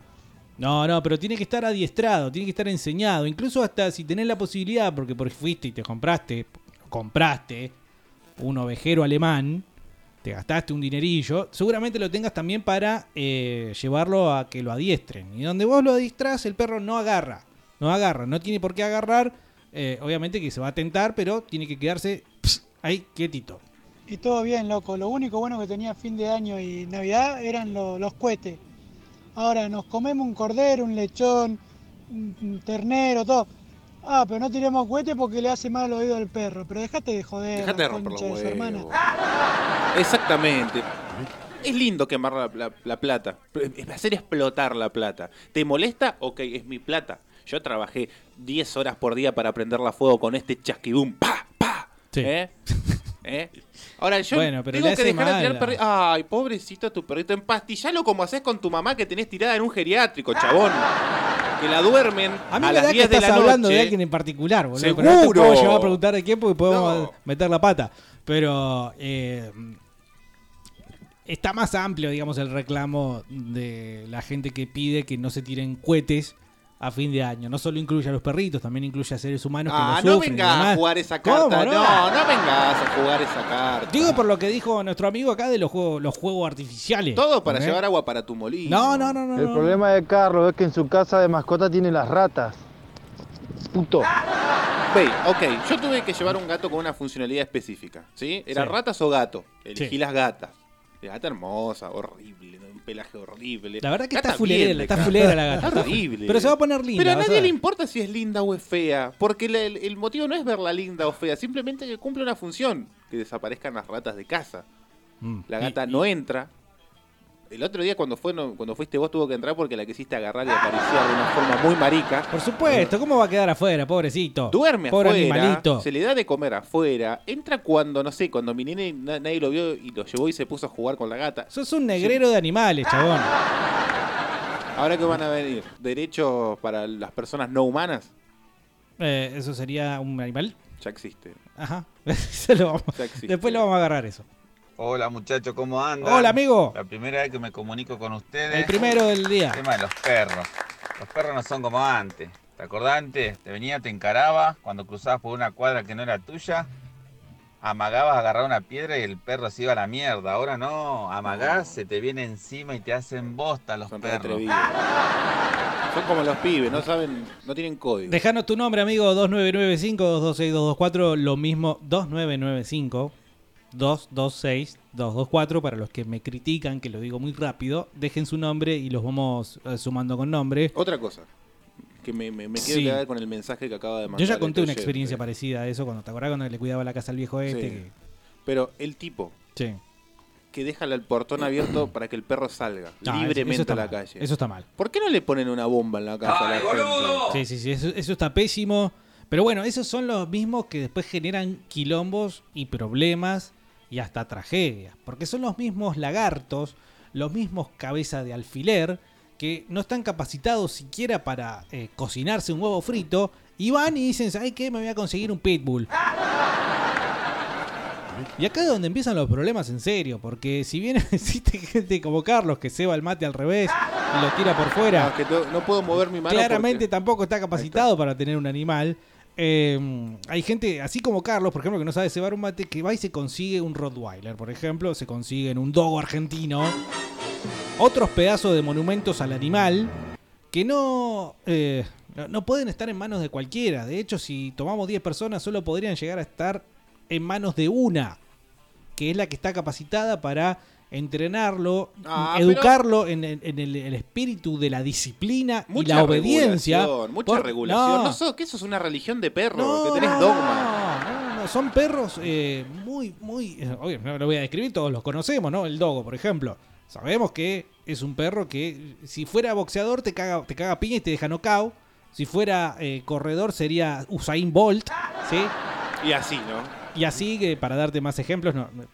No, no, pero tiene que estar adiestrado, tiene que estar enseñado. Incluso hasta si tenés la posibilidad, porque por fuiste y te compraste, compraste un ovejero alemán, te gastaste un dinerillo, seguramente lo tengas también para eh, llevarlo a que lo adiestren. Y donde vos lo adiestras, el perro no agarra. No agarra, no tiene por qué agarrar. Eh, obviamente que se va a tentar, pero tiene que quedarse pss, ahí quietito.
Y todo bien, loco. Lo único bueno que tenía fin de año y Navidad eran lo- los cohetes. Ahora nos comemos un cordero, un lechón, un un ternero, todo. Ah, pero no tiremos cohetes porque le hace mal al oído al perro. Pero déjate de joder.
Dejate de romper los
concha de su hermana.
huevos. Exactamente. Es lindo quemar la, la- la plata. Es hacer explotar la plata. ¿Te molesta? Ok, es mi plata. Yo trabajé 10 horas por día para prenderla a fuego con este chasquidum. ¡Pa! ¡Pa! ¿Eh? ¿Eh? Ahora, yo
Bueno, pero le
tengo que
hace
dejar de
mal.
tirar perri- Ay, pobrecito tu perrito. Empastillalo como haces con tu mamá que tenés tirada en un geriátrico, chabón. Que la duermen a,
A mí me
las
da que
10 de
estás
la
hablando
noche.
de alguien en particular, boludo. pero no te
¡Seguro!
puedo llevar a preguntar de quién porque podemos meter la pata. Pero eh, está más amplio, digamos, el reclamo de la gente que pide que no se tiren cohetes a fin de año. No solo incluye a los perritos, también incluye a seres humanos
Ah,
que lo
no
sufren. y
vengas a
demás.
jugar esa
¿Cómo
carta.
no?
No, no, vengas a jugar esa carta.
Digo por lo que dijo nuestro amigo acá de los juegos, los juegos artificiales.
Todo para
¿Eh?
llevar agua para tu molino.
No, no, no, no.
El
no.
problema de Carlos es que en su casa de mascota tiene las ratas. puto.
Wey, ok, yo tuve que llevar un gato con una funcionalidad específica, ¿sí? ¿Era
Sí.
ratas o gato? Elegí
Sí.
las gatas. La gata hermosa, horrible, un pelaje horrible.
La verdad que
Gata
está fulera,
bien de
está
cara.
fulera la gata.
Está horrible.
Pero se va a poner linda,
Pero a
vas a
nadie
ver.
le importa si es linda o es fea, porque la- el, el motivo no es verla linda o fea, simplemente que cumple una función, que desaparezcan las ratas de casa.
Mm.
La gata no entra. El otro día cuando fue no- cuando fuiste vos tuvo que entrar porque la quisiste agarrar y acariciar de una forma muy marica.
Por supuesto, ¿cómo va a quedar afuera, pobrecito?
Duerme
Pobre
afuera,
animalito.
se le da de comer afuera, entra cuando, no sé, cuando mi nene na- nadie lo vio y lo llevó y se puso a jugar con la gata.
Sos un negrero de animales, chabón.
Ahora que van a venir, derechos para las personas no humanas,
Eh, eso sería un animal.
ya existe.
Ajá. Se lo vamos-
Ya existe.
Después lo vamos a agarrar eso.
Hola muchachos, ¿cómo andan?
Hola, amigo.
La primera vez que me comunico con ustedes.
El primero del día.
El tema de los perros. Los perros no son como antes. ¿Te acordás antes? Te venía, te encaraba, cuando cruzabas por una cuadra que no era tuya, amagabas, agarrabas una piedra y el perro se iba a la mierda. Ahora no, amagás, se te viene encima y te hacen bosta los perros.
atrevidos. Son como los pibes, no saben, no tienen código.
Dejanos tu nombre, amigo, 2995-226-224, lo mismo, 2995-226-224, para los que me critican, que lo digo muy rápido, dejen su nombre y los vamos eh, sumando con nombre.
Otra cosa, que me, me, me quiero
Sí.
quedar con el mensaje que acaba de mandar.
Yo ya
el
conté una
oyente.
experiencia parecida a eso, cuando te acordás cuando le cuidaba la casa al viejo este.
eh. Sí.
que-
Pero el tipo
Sí.
que deja el portón abierto para que el perro salga
No, Ah, eso
libremente
está
a la
mal,
calle.
Eso está mal.
¿Por qué no le ponen una bomba en la casa? a la gente?
Sí, sí, sí, eso, eso está pésimo. Pero bueno, esos son los mismos que después generan quilombos y problemas y hasta tragedias. Porque son los mismos lagartos, los mismos cabezas de alfiler, que no están capacitados siquiera para eh, cocinarse un huevo frito. Y van y dicen, ¿sabes qué? Me voy a conseguir un pitbull. Y acá es donde empiezan los problemas en serio, porque si bien existe gente como Carlos que ceba el mate al revés y lo tira por fuera,
No, es que to- no puedo mover mi mano.
Claramente tampoco está capacitado para tener un animal. Eh, hay gente, así como Carlos, por ejemplo, que no sabe cebar un mate, que va y se consigue un Rottweiler, por ejemplo, se consigue en un dogo argentino. Otros pedazos de monumentos al animal que no, eh, no, no pueden estar en manos de cualquiera. De hecho, si tomamos 10 personas, solo podrían llegar a estar en manos de una, que es la que está capacitada para entrenarlo,
Ah, pero-
educarlo en, en- en el, el espíritu de la disciplina y
Mucha
la obediencia.
regulación, mucha
por-
regulación.
No,
No, sos- que eso es una religión de perros,
No,
que tenés
no,
dogma.
no, no, son perros eh, muy, muy. eh, obvio, no lo voy a describir, todos los conocemos, ¿no? El dogo, por ejemplo. Sabemos que es un perro que, si fuera boxeador, te caga, te caga piña y te deja nocao. Si fuera eh, corredor, sería Usain Bolt, ¿sí?
Y así, ¿no?
Y así, que para darte más ejemplos, no, no,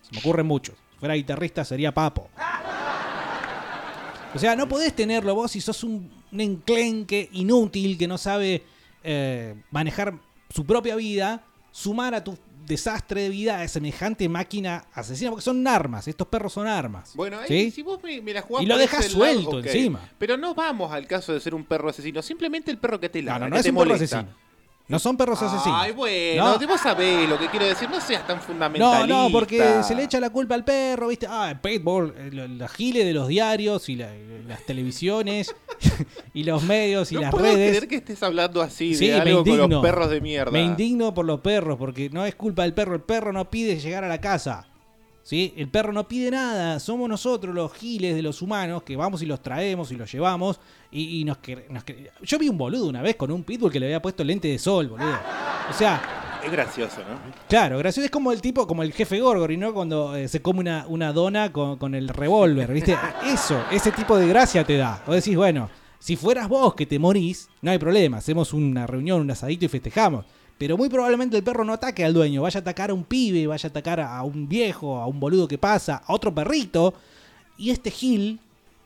se me ocurren muchos. Si fuera guitarrista sería Papo. O sea, no podés tenerlo vos si sos un, un enclenque inútil que no sabe eh, manejar su propia vida, sumar a tu desastre de vida a semejante máquina asesina, porque son armas, estos perros son armas.
Bueno, ahí,
¿sí?
si vos me, me la jugás
Y lo
por ese
dejás
lado,
suelto
ok.
encima.
Pero no vamos al caso de ser un perro asesino, simplemente el perro que te
No,
ladra,
no, no
que
es
te
un perro
molesta. Ah,
asesino. No son perros asesinos.
Ay, bueno,
No.
te vos sabés lo que quiero decir, no seas tan fundamentalista.
No, no, porque se le echa la culpa al perro, ¿viste? Ah, el paintball, eh, lo- los giles de los diarios y la- las televisiones y los medios y
No
las
puedo
redes.
creer que estés hablando así
Sí,
de
me
algo con
indigno.
los perros de mierda.
Me indigno por los perros, porque no es culpa del perro. El perro no pide llegar a la casa. ¿sí? El perro no pide nada. Somos nosotros los giles de los humanos que vamos y los traemos y los llevamos. Y, y nos, quer- nos quer- Yo vi un boludo una vez con un pitbull que le había puesto lente de sol, boludo. O sea,
Es gracioso, ¿no?
claro, gracioso. Es como el tipo, como el jefe Gorgory, ¿no? Cuando eh, se come una, una dona con, con el revólver, ¿viste? Eso, ese tipo de gracia te da. Vos decís, bueno, si fueras vos que te morís, no hay problema. Hacemos una reunión, un asadito y festejamos. Pero muy probablemente el perro no ataque al dueño. Vaya a atacar a un pibe, vaya a atacar a un viejo, a un boludo que pasa, a otro perrito. Y este Gil,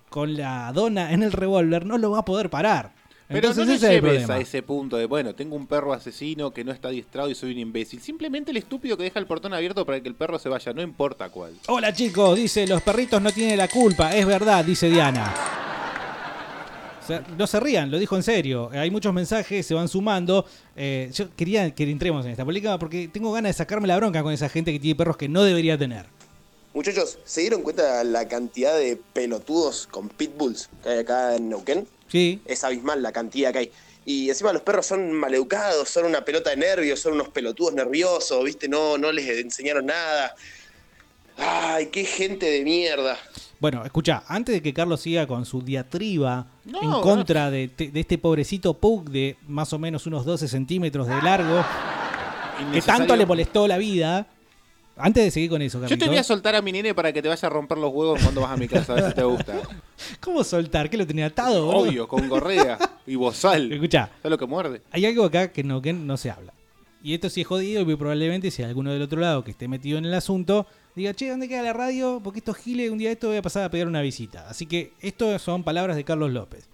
con la dona en el revólver, no lo va a poder parar.
Pero
Entonces
no
ese
le
es el
lleves
problema.
a ese punto de, bueno, tengo un perro asesino que no está adiestrado y soy un imbécil. Simplemente el estúpido que deja el portón abierto para que el perro se vaya, no importa cuál.
Hola chicos, dice, los perritos no tienen la culpa, es verdad, dice Diana. O sea, no se rían, lo dijo en serio. Eh, Hay muchos mensajes, se van sumando. Eh, yo quería que entremos en esta política porque tengo ganas de sacarme la bronca con esa gente que tiene perros que no debería tener.
Muchachos, ¿se dieron cuenta la cantidad de pelotudos con pitbulls que hay acá en Neuquén?
Sí.
Es abismal la cantidad que hay. Y encima los perros son maleducados, son una pelota de nervios, son unos pelotudos nerviosos, ¿viste? No, no les enseñaron nada. Ay, qué gente de mierda.
Bueno, escucha, antes de que Carlos siga con su diatriba
No,
en contra de, te- de este pobrecito Pug de más o menos unos 12 centímetros de largo, que
Innecesario.
tanto le molestó la vida, antes de seguir con eso,
Yo
Carlitos,
te voy a soltar a mi nene para que te vaya a romper los huevos cuando vas a mi casa, a ver si te gusta.
¿cómo soltar? ¿Que lo tenía atado? boludo?
Obvio, con correa y bozal.
Escucha.
Es lo que muerde.
Hay algo acá que no, que no se habla. Y esto sí es jodido y muy probablemente si alguno del otro lado que esté metido en el asunto diga, che, ¿dónde queda la radio? Porque estos giles, un día de esto voy a pasar a pedir una visita. Así que esto son palabras de Carlos López.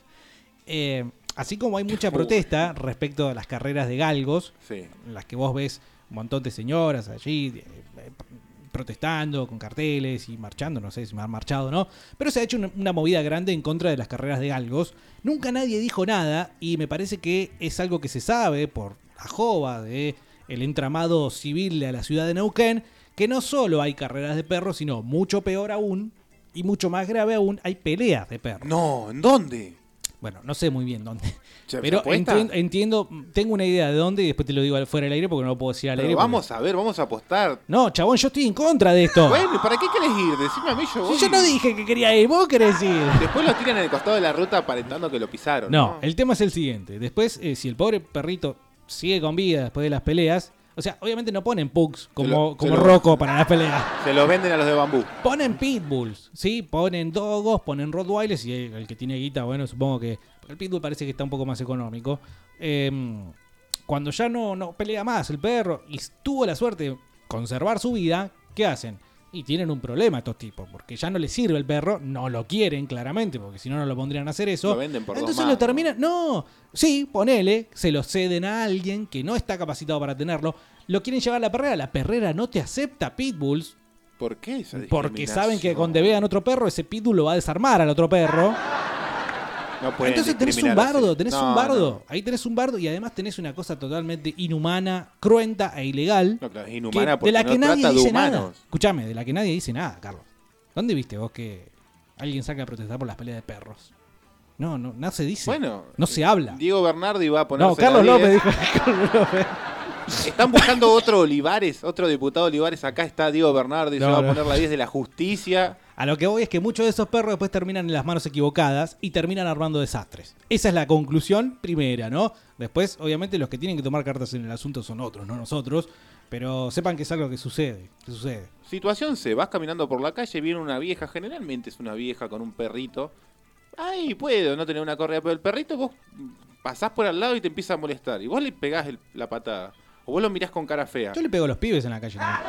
Eh, así como hay mucha protesta respecto a las carreras de galgos, en las que vos ves un montón de señoras allí eh, eh, protestando con carteles y marchando, no sé si han marchado o no, pero se ha hecho una, una movida grande en contra de las carreras de galgos. Nunca nadie dijo nada y me parece que es algo que se sabe por la jova de el entramado civil de la ciudad de Neuquén, que no solo hay carreras de perros, sino mucho peor aún y mucho más grave aún, hay peleas de perros.
No, ¿en dónde?
Bueno, no sé muy bien dónde.
¿Se-
Pero
se apuesta?
entien- entiendo, tengo una idea de dónde y después te lo digo al- fuera del aire porque no lo puedo decir al
Pero
aire. porque-
vamos a ver, vamos a apostar.
No, chabón, yo estoy en contra de esto.
Bueno, ¿para qué querés ir? Decime a mí, yo voy.
Si yo no dije que quería ir, vos querés ir.
Después lo tiran en el costado de la ruta aparentando que lo pisaron.
No, el tema es el siguiente. Después, eh, si el pobre perrito sigue con vida después de las peleas, o sea, obviamente no ponen pugs como,
lo-
como
se lo-
Rocco para las peleas.
Se lo venden a los de bambú.
Ponen pitbulls, ¿sí? Ponen dogos, ponen rottweilers y el el que tiene guita, bueno, supongo que... El pitbull parece que está un poco más económico. Em, cuando ya no, no pelea más el perro y tuvo la suerte de conservar su vida, ¿qué hacen? Y tienen un problema estos tipos, porque ya no les sirve el perro, no lo quieren claramente, porque si no, no lo pondrían a hacer eso.
Lo venden por dos
Entonces
más,
lo terminan, no, sí, ponele, se lo ceden a alguien que no está capacitado para tenerlo, lo quieren llevar a la perrera, la perrera no te acepta pitbulls,
¿Por qué esa
porque
discriminación?
saben que cuando vean otro perro, ese pitbull lo va a desarmar al otro perro.
No pueden
Entonces tenés un
discriminar así.
bardo, tenés
No,
un bardo.
no.
Ahí tenés un bardo y además tenés una cosa totalmente inhumana, cruenta e ilegal.
No, claro, es inhumana
que- de
porque
la
no
que nadie
trata de
dice nada.
humanos.
Escuchame, de la que nadie dice nada, Carlos. ¿Dónde viste vos que alguien saca a protestar por las peleas de perros? No, no, no se dice.
Bueno,
no se habla.
Diego Bernardi va a poner.
No, Carlos López dijo. Carlos López.
Están buscando otro Olivares, otro diputado Olivares. Acá está Diego Bernardi, se
No,
va
no.
a poner la 10 de la justicia.
A lo que voy es que muchos de esos perros después terminan en las manos equivocadas y terminan armando desastres. Esa es la conclusión primera, ¿no? Después, obviamente, los que tienen que tomar cartas en el asunto son otros, no nosotros. Pero sepan que es algo que sucede, que sucede.
Situación C, vas caminando por la calle, viene una vieja, generalmente es una vieja con un perrito. Ay, puedo no tener una correa, pero el perrito vos pasás por al lado y te empieza a molestar. Y vos le pegás el- la patada. O vos lo mirás con cara fea.
Yo le pego a los pibes en la calle también.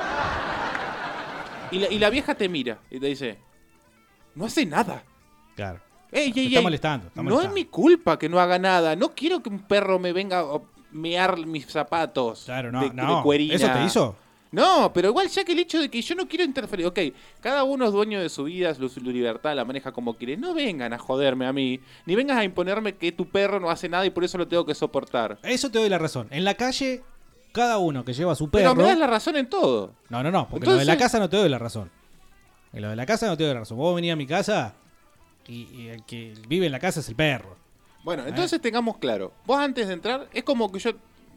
Y la, y la vieja te mira y te dice, no hace nada.
Claro.
Ey, ey,
Está
ey,
molestando, está
No es mi culpa que no haga nada. No quiero que un perro me venga a mear mis zapatos. Claro,
no, Ah, no. ¿Eso te hizo?
No, pero igual ya que el hecho de que yo no quiero interferir, ok, cada uno es dueño de su vida, su, su libertad, la maneja como quiere, no vengan a joderme a mí, ni vengas a imponerme que tu perro no hace nada y por eso lo tengo que soportar.
Eso te doy la razón. En la calle, cada uno que lleva a su perro.
Pero me das la razón en todo.
No, no, no, porque lo de la
Entonces-
casa no te doy la razón. En lo de la casa no te doy la razón. Vos venís a mi casa y, y el que vive en la casa es el perro. Eh.
Bueno, entonces tengamos claro, vos antes de entrar, es como que yo,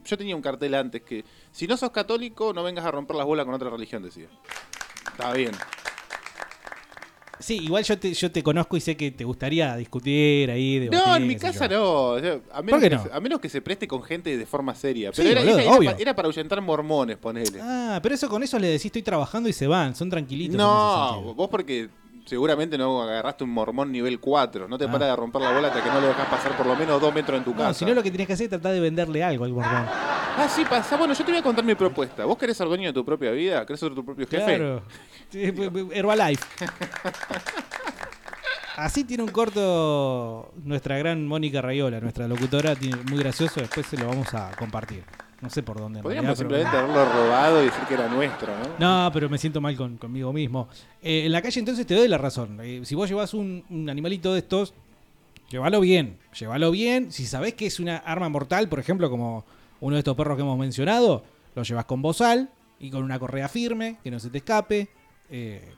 yo tenía un cartel antes que, si no sos católico, no vengas a romper las bolas con otra religión, decía. Está bien.
Sí, igual yo te, yo te conozco y sé que te gustaría discutir ahí. Debatir,
No, en mi
qué sé
casa
yo.
no. o sea, a,
¿Por
menos
qué
que
no?
se- a menos que se preste con gente de forma seria.
Sí,
Pero era,
boludo,
era- era
obvio.
pa- era para ahuyentar mormones, ponele.
Ah, pero eso con eso le decís estoy trabajando y se van, son tranquilitos. en ese sentido.
No, vos porque seguramente no agarraste un mormón nivel 4. No te
Ah.
paras de romper la bola hasta que no lo dejas pasar por lo menos dos metros en tu
No,
casa.
si no lo que tenés que hacer es tratar de venderle algo al borbón.
Ah, sí, pasa. Bueno, yo te voy a contar mi propuesta. ¿Vos querés ser dueño de tu propia vida? ¿Querés ser tu propio jefe?
Claro. Sí, bu- bu- Herbalife. Así tiene un corto nuestra gran Mónica Rayola, nuestra locutora, tiene- muy gracioso, después se lo vamos a compartir. No sé por dónde. en
Podríamos
realidad, pero-
simplemente haberlo robado y decir que era nuestro, ¿no?
No, pero me siento mal con- conmigo mismo. Eh, en la calle entonces te doy la razón. Eh, si vos llevas un, un animalito de estos, llévalo bien. Llévalo bien. Si sabés que es una arma mortal, por ejemplo, como uno de estos perros que hemos mencionado, lo llevas con bozal y con una correa firme, que no se te escape. Eh,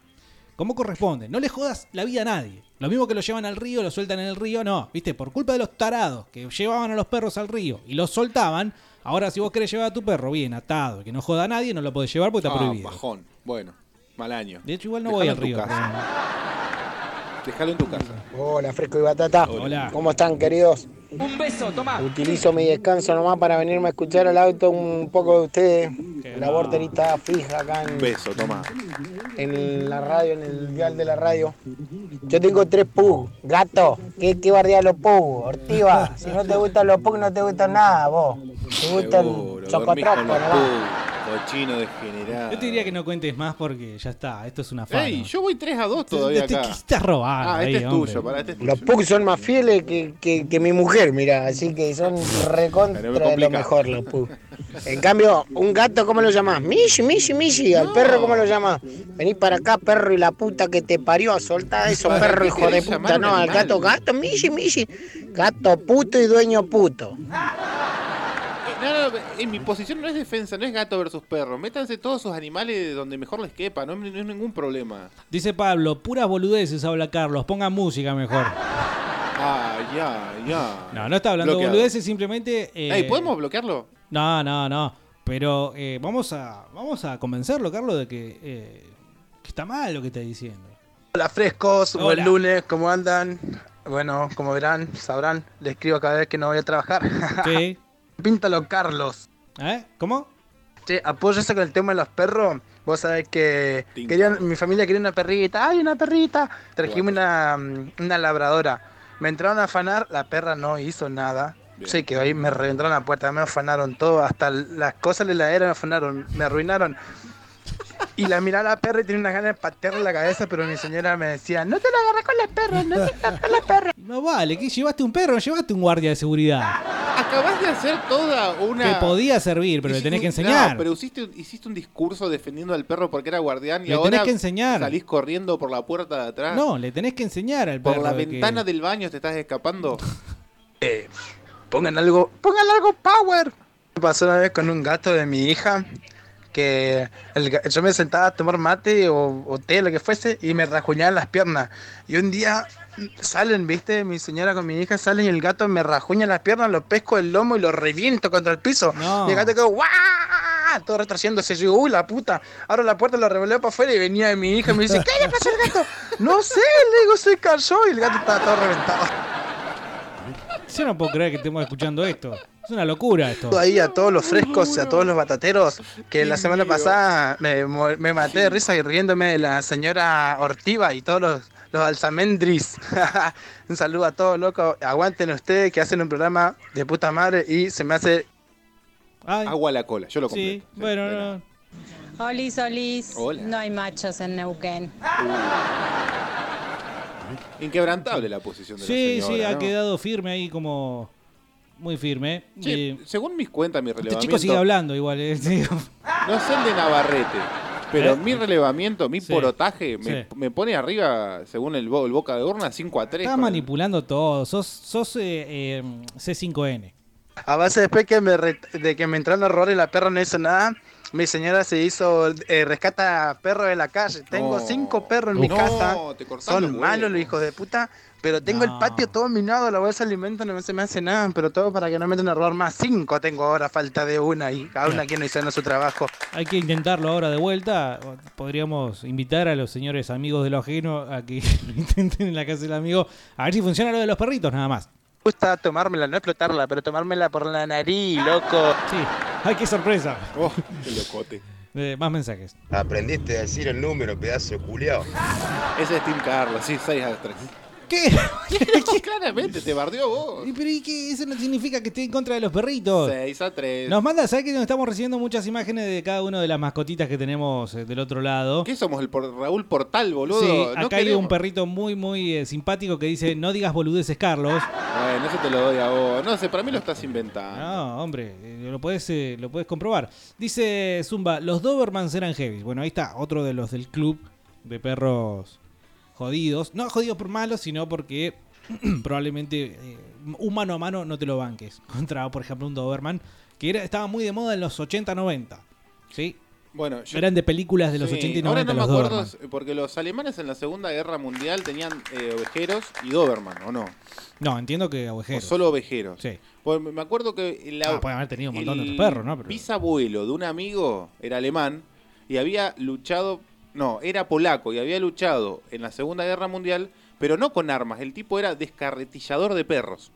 como corresponde. No le jodas la vida a nadie. Lo mismo que lo llevan al río, lo sueltan en el río, no. Viste, por culpa de los tarados que llevaban a los perros al río y los soltaban, ahora si vos querés llevar a tu perro bien atado, que no joda a nadie, no lo podés llevar porque está
Ah,
prohibido.
bajón. Bueno, mal año.
De hecho, igual no
Dejalo
voy
en
al
tu
río.
casa. Déjalo en tu casa.
Hola, Fresco y Batata. ¿Cómo están, queridos?
Un beso, toma.
Utilizo mi descanso nomás para venirme a escuchar al auto un poco de ustedes. La borderita fija acá
Un
en,
beso, toma.
en la radio, en el dial de la radio. Yo tengo tres pug. Gato, ¿qué, qué bardea los pug? Ortiva, si no te gustan los pug, no te gustan nada, vos. Te gustan
Seguro, dormís
chocotracos
con los
nomás.
pubs, cochino degenerado.
Yo te diría que no cuentes más porque ya está, esto es una fama.
Ey, yo voy 3 a
Este
2 todavía
Te- te-
acá.
¿Qué estás robando?
Ah, este
ahí,
es
hombre?
tuyo, pará, este es tuyo.
Los pug son más fieles que, que- que mi mujer, mira, así que son recontra
Pero me
de lo
complica.
mejor los pug. En cambio, un gato, ¿cómo lo llamás? Mishi, Mishi, Mishi. Al perro, ¿cómo lo llamás? Vení para acá, perro, y la puta que te parió. Soltá eso,
¿Para
perro,
qué
hijo de
querés
puta.
llamar a un
No, al
animal?
gato, gato, Mishi, Mishi. Gato puto y dueño puto.
Eh, No, no, en mi posición no es defensa, no es gato versus perro. Métanse todos esos animales donde mejor les quepa, no, no es ningún problema.
Dice Pablo, puras boludeces habla Carlos, pongan música mejor.
Ah, ya, ya.
No, no está hablando
Bloqueado.
boludeces, simplemente... eh,
Ey, ¿podemos bloquearlo?
No, no, no. Pero eh, vamos a vamos a convencerlo, Carlos, de que, eh, que está mal lo que está diciendo.
Hola frescos,
Hola.
buen lunes, ¿cómo andan? Bueno, como verán, sabrán, les escribo cada vez que no voy a trabajar.
Sí.
Píntalo, Carlos.
¿Eh? ¿Cómo?
Che, apoyo eso con el tema de los perros. Vos sabés que querían, mi familia quería una perrita. ¡Ay, una perrita! Trajimos una, mm, una labradora. Me entraron a afanar, la perra no hizo nada. Sí, que ahí me reventaron la puerta, me afanaron todo, hasta las cosas de la heladera me afanaron, me arruinaron. Y la miraba la perra y tenía unas ganas de patearle la cabeza, pero mi señora me decía, no te la agarras con la perra, no te agarras la perra.
No vale, que llevaste un perro, no llevaste un guardia de seguridad.
Acabas de hacer toda una.
Que podía servir, pero le
Hiciste
tenés que
un-
enseñar.
No, pero hiciste, un- hiciste un discurso defendiendo al perro porque era guardián y
Le
ahora
tenés que enseñar.
salís corriendo por la puerta de atrás.
No, le tenés que enseñar al perro.
por la
de que-
ventana del baño te estás escapando.
Pongan algo, pongan algo power. Me pasó una vez con un gato de mi hija que el ga- yo me sentaba a tomar mate o, o té, lo que fuese, y me rajuñaban las piernas. Y un día salen, viste, mi señora con mi hija salen y el gato me rajuña las piernas, lo pesco del lomo y lo reviento contra el piso. Y el gato quedó ¡guau! Todo retrayéndose. Yo digo, uy, la puta. Abro la puerta, lo revoleo para afuera y venía mi hija y me dice, ¿qué le pasó al gato? No sé, le digo, se cayó y el gato estaba todo reventado.
Yo no puedo creer que estemos escuchando esto. Es una locura esto.
ahí a todos los frescos y a todos los batateros que la semana pasada me, mo- me maté de risa y riéndome de la señora Ortiva y todos los, los alzamendris. un saludo a todos, loco. Aguanten ustedes que hacen un programa de puta madre y se me hace...
Agua a la cola, yo lo compré.
Sí, bueno, no.
Olis, Olis.
Hola.
No hay machos en Neuquén.
Inquebrantable la posición de
Sí,
la
sí,
señora,
ha
¿no?
quedado firme ahí como... Muy firme.
Che,
Y-
según mis cuentas, mi
Este
relevamiento.
chico sigue hablando igual. eh, sí.
No es el de Navarrete, pero
¿Eh?
mi relevamiento, mi
Sí,
porotaje, me,
sí.
me pone arriba, según el, bo- el boca de urna, 5 a 3.
Está manipulando todo. Sos, sos eh, eh, C5N.
A base después que me re- de que me entraron errores y la perra no hizo nada, mi señora se hizo eh, rescata perros de la calle. Tengo
No.
cinco perros en mi
No,
casa.
te cortás los
Son
huevos.
malos los hijos de puta. Pero tengo el patio todo minado, la bolsa de alimentos no se me hace nada, pero todo para que no me entren a robar más. Cinco tengo ahora, falta de una y cada una que no hizo su trabajo.
Hay que intentarlo ahora de vuelta. Podríamos invitar a los señores amigos de lo ajeno a que lo intenten en la casa del amigo. A ver si funciona lo de los perritos, nada más.
Me gusta tomármela, no explotarla, pero tomármela por la nariz, loco.
Sí, ay, qué sorpresa.
Oh, qué locote.
Eh, más mensajes.
Aprendiste a decir el número, pedazo de culiao.
Ese es Tim Carlos, sí, 6 a 3.
¿Qué?
claramente, te bardeó vos.
Y, Pero ¿y qué? eso no significa que esté en contra de los perritos.
6 a 3.
Nos manda, ¿sabes que nos estamos recibiendo muchas imágenes de cada una de las mascotitas que tenemos eh, del otro lado?
¿Qué somos? El por- Raúl Portal, boludo.
Sí,
No
acá hay
queremos-
un perrito muy, muy eh, simpático que dice, no digas boludeces, Carlos.
Bueno, eso te lo doy a vos. No sé, para mí lo estás inventando.
No, hombre, eh, lo puedes lo podés comprobar. Dice Zumba, los Dobermans eran heavy. Bueno, ahí está, otro de los del club de perros jodidos. No jodidos por malos, sino porque probablemente eh, un mano a mano no te lo banques. Contra, por ejemplo, un Doberman que era, estaba muy de moda en los 80-90. ¿Sí?
Bueno, yo-
Grandes películas de los
Sí,
80 y 90.
Ahora no me
los
acuerdo,
Doberman.
s- porque los alemanes en la Segunda Guerra Mundial tenían eh, ovejeros y Doberman, ¿o no?
No, entiendo que
O
ovejeros.
solo ovejeros.
Sí.
Pues me me acuerdo que la,
Ah, pueden haber tenido un montón de
el
otros perros, ¿no? Pero-
bisabuelo de un amigo era alemán y había luchado, no, era polaco y había luchado en la Segunda Guerra Mundial, pero no con armas. El tipo era descarretillador de perros.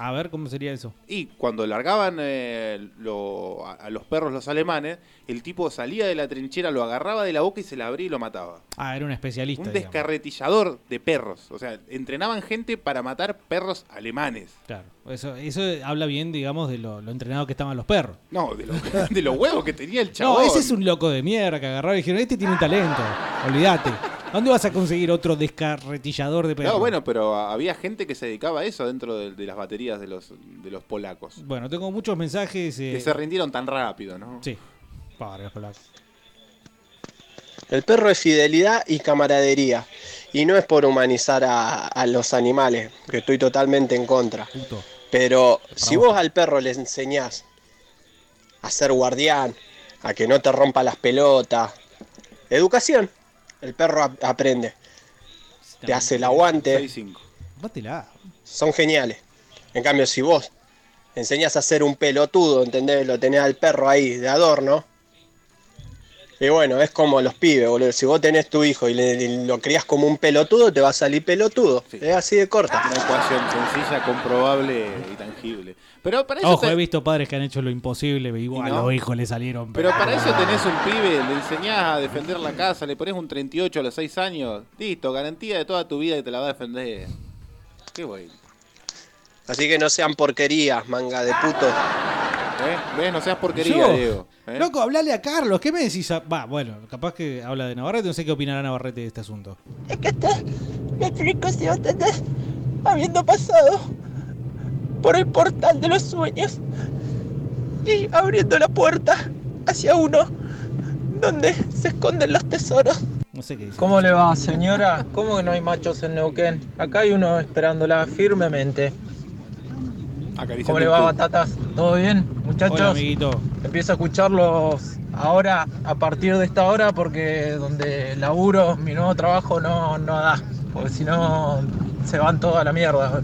A ver, ¿cómo sería eso?
Y cuando largaban eh, lo- a, a los perros los alemanes, el tipo salía de la trinchera, lo agarraba de la boca y se la abría y lo mataba.
Ah, era un especialista.
Un
digamos.
descarretillador de perros. O sea, entrenaban gente para matar perros alemanes.
Claro. Eso, eso habla bien, digamos, de lo, lo entrenado que estaban los perros.
No, de, lo- de los huevos que tenía el chabón.
No, ese es un loco de mierda que agarraron y dijeron, este tiene un talento, olvídate. ¿Dónde vas a conseguir otro descarretillador de perros?
No, bueno, pero a- había gente que se dedicaba a eso dentro de, de las baterías de los, de los polacos.
Bueno, tengo muchos mensajes. eh,
Que se rindieron tan rápido, ¿no?
Sí. Pobre los polacos.
El perro es fidelidad y camaradería. Y no es por humanizar a, a los animales, que estoy totalmente en contra.
Puto.
Pero si vos al perro le enseñás a ser guardián, a que no te rompa las pelotas, educación, el perro ap- aprende. Te hace el aguante,
Bátela.
son geniales. En cambio, si vos enseñás a ser un pelotudo, ¿entendés? Lo tenés al perro ahí de adorno. Y bueno, es como los pibes, boludo. Si vos tenés tu hijo y, le- y lo crías como un pelotudo, te va a salir pelotudo. Es así de corta.
Una ecuación sencilla, comprobable y tangible. Pero para eso,
Ojo,
te-
he visto padres que han hecho lo imposible, pero igual
Y no.
los hijos le salieron.
pero para eso tenés un pibe, le enseñás a defender la casa, le pones un 38 a los 6 años. Listo, garantía de toda tu vida que te la va a defender. Qué bueno.
Así que no sean porquerías, manga de puto.
¿Eh? ¿Ves? No seas
porquería,
Yo.
Diego.
¿Eh?
Loco, hablale a Carlos, ¿qué me decís? a- Va, bueno, capaz que habla de Navarrete, no sé qué opinará Navarrete de este asunto.
Me explico si vos tenés, habiendo pasado por el portal de los sueños y abriendo la puerta hacia uno donde se esconden los tesoros.
No sé qué dice.
¿Cómo le va, señora? ¿Cómo que no hay machos en Neuquén? Acá hay uno esperándola firmemente. ¿Cómo le va, batatas? ¿Todo bien, muchachos?
Hola, amiguito.
Empiezo a escucharlos ahora, a partir de esta hora, porque donde laburo, mi nuevo trabajo no, no da. Porque si no, se van todos a la mierda.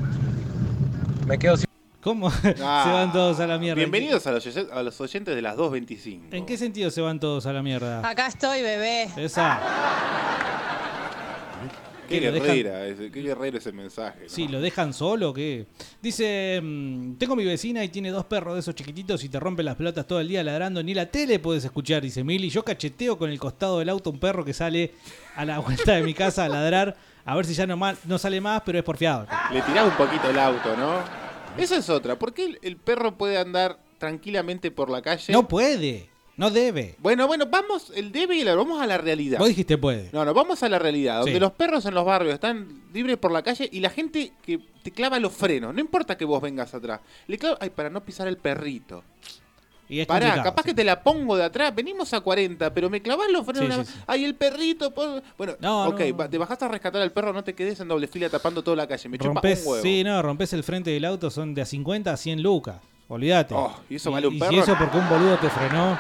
Me quedo sin.
¿Cómo?
Ah,
se van todos a la mierda.
Bienvenidos a los, oyen- a los oyentes de las 2.25.
¿En qué sentido se van todos a la mierda?
Acá estoy, bebé.
Esa.
Qué
¿Qué, lo dejan?
guerrera, ese- qué guerrero ese mensaje. ¿no?
Sí, ¿lo dejan solo o qué? Dice, mm, tengo mi vecina y tiene dos perros de esos chiquititos y te rompen las pelotas todo el día ladrando, ni la tele puedes escuchar, dice Mili. Yo cacheteo con el costado del auto un perro que sale a la vuelta de mi casa a ladrar, a ver si ya no, ma- no sale más, pero es porfiado.
Le tirás un poquito el auto, ¿no? Esa es otra. ¿Por qué el, el perro puede andar tranquilamente por la calle?
No puede, no debe.
Bueno, bueno, vamos, el debe y la vamos a la realidad.
Vos dijiste puede.
No, no, vamos a la realidad. Donde
Sí.
los perros en los barrios están libres por la calle y la gente que te clava los frenos. No importa que vos vengas atrás. Le clava, ay, para no pisar el perrito.
Y es
Pará,
complicado,
capaz
sí.
que te la pongo de atrás. Venimos a 40, pero me clavás los frenos.
Sí,
nada
sí,
más. Ay, el perrito. por- Bueno,
No,
ok,
no, no.
va- te bajaste a rescatar al perro, no te quedes en doble fila tapando toda la calle. Me chupa un
Rompes,
huevo.
sí, no, rompes el frente del auto, son de a 50 a 100 lucas. Olvídate.
Oh, ¿y eso vale un
Y
perro?
eso porque un boludo te frenó.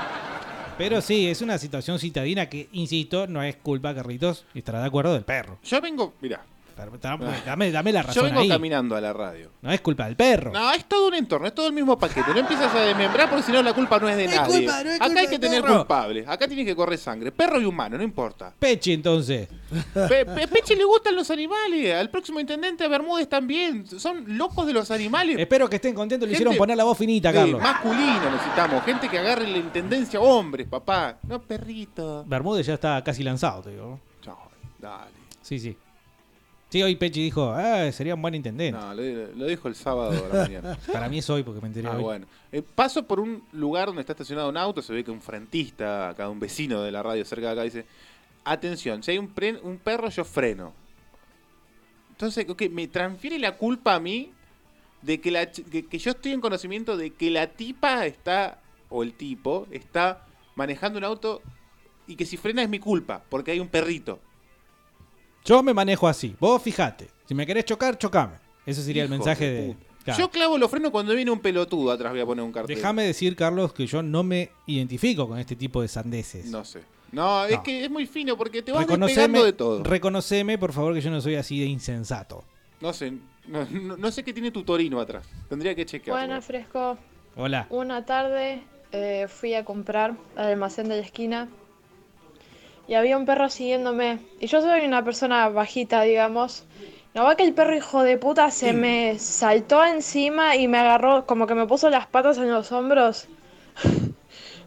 Pero sí, es una situación citadina que, insisto, no es culpa, Carlitos, y estará de acuerdo del perro.
Yo vengo, mira,
Pero ta- Dame, dame la
yo
razón
vengo
ahí.
caminando a la radio.
No es culpa del perro.
No, es todo un entorno, es todo el mismo paquete. No empiezas a desmembrar porque si no la culpa no es de
No es
nadie.
culpa, no es
Acá
culpa
hay que
del
tener
perro.
culpables. Acá tiene que correr sangre. Perro y humano, no importa.
Pechi, entonces.
Pe- pe- Peche le gustan los animales. Al próximo intendente a Bermúdez también. Son locos de los animales.
Espero que estén contentos. Le
Gente-
hicieron poner la voz finita,
Sí,
Carlos.
masculino necesitamos. Gente que agarre la intendencia. Hombres, papá. No, perrito.
Bermúdez ya está casi lanzado, te digo.
No, dale.
Sí, sí. Sí, hoy Pechi dijo, ah, sería un buen intendente.
No, lo, lo dijo el sábado a la mañana.
Para mí es hoy porque me enteré
Ah,
hoy.
bueno. Eh, paso por un lugar donde está estacionado un auto, se ve que un frentista, acá un vecino de la radio cerca de acá, dice, atención, si hay un, pre- un perro yo freno. Entonces, ok, me transfiere la culpa a mí de que, la, ch- que, que yo estoy en conocimiento de que la tipa está, o el tipo, está manejando un auto y que si frena es mi culpa, porque hay un perrito.
Yo me manejo así. Vos fijate. Si me querés chocar, chocame. Ese sería el
Hijo
mensaje
de
de,
Yo clavo los frenos cuando viene un pelotudo atrás, voy a poner un cartel.
Déjame decir, Carlos, que yo no me identifico con este tipo de sandeces.
No sé. No, es que es muy fino porque te vas
Reconoceme,
despegando de todo.
reconoceme, por favor, que yo no soy así de insensato.
No sé, no, no- no sé qué tiene tu torino atrás. Tendría que chequear.
Bueno, Fresco,
Hola.
una tarde eh, fui a comprar al almacén de la esquina y había un perro siguiéndome. Y yo soy una persona bajita, digamos. No va que el perro hijo de puta se me saltó encima y me agarró, como que me puso las patas en los hombros.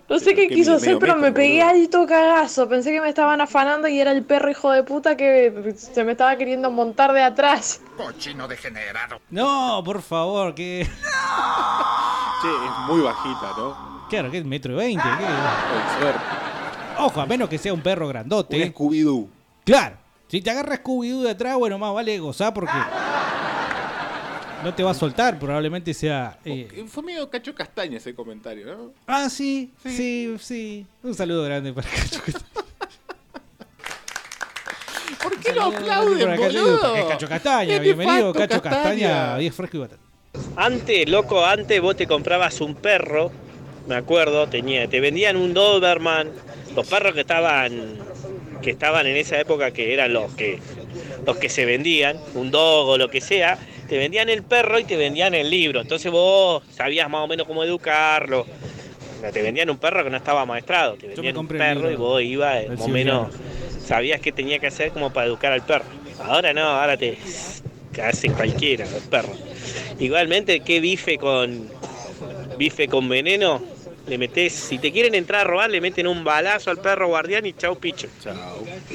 No sé qué
qué
quiso
medio
hacer, pero
metro,
me pegué
boludo.
alto cagazo. Pensé que me estaban afanando y era el perro hijo de puta que se me estaba queriendo montar de atrás.
Cochino degenerado.
No, por favor, que.
Che, es muy bajita, ¿no?
Claro, que es metro y veinte. que-
Con suerte.
Ojo, a menos que sea un perro grandote.
Un Scooby-Doo.
Claro. Si te agarra Scooby-Doo de atrás, bueno, más vale gozar porque. No te va a soltar, probablemente sea. eh,
Eh, Fue medio cacho castaña ese comentario, ¿no?
Ah, sí, sí, sí, Un saludo grande para Cacho.
¿Por qué lo
Para
aplauden,
Cacho-
boludo?
porque es Cacho Castaña,
Es
bienvenido,
nefasto,
Cacho
Castaña.
Castaña, 10 fresco y batata.
Antes, loco, antes vos te comprabas un perro, me acuerdo, tenía, te vendían un Doberman, los perros que estaban, que estaban en esa época que eran los que, los que se vendían, un dog o lo que sea, te vendían el perro y te vendían el libro. Entonces vos sabías más o menos cómo educarlo. O sea, te vendían un perro que no estaba maestrado, te vendían un
compré el
perro y
libro.
vos ibas eh,
El
más o menos, sabías qué tenía que hacer como para educar al perro. Ahora no, ahora te, te hacen cualquiera los perros. Igualmente, ¿qué bife con bife con veneno? Le metes, si te quieren entrar a robar, le meten un balazo al perro guardián y chau picho.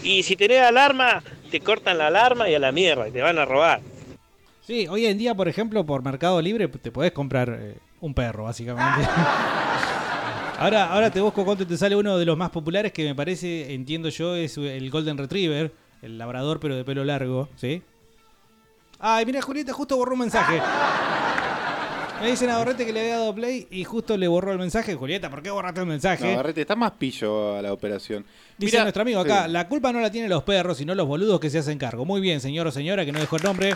Y si tenés alarma, te cortan la alarma y a la mierda, y te van a robar.
Sí, hoy en día, por ejemplo, por Mercado Libre te podés comprar eh, un perro, básicamente. ahora, ahora te busco cuánto te sale uno de los más populares que me parece, entiendo yo, es el Golden Retriever, el labrador pero de pelo largo, ¿sí? Ay, mira, Julieta justo borró un mensaje. Me dicen a Borrete que le había dado play y justo le borró el mensaje. Julieta, ¿por qué borraste el mensaje?
No, Barrete, está más pillo a la operación.
Dice
Mirá,
nuestro amigo acá,
sí.
la culpa no la tienen los perros, sino los boludos que se hacen cargo. Muy bien, señor o señora, que no dejó el nombre.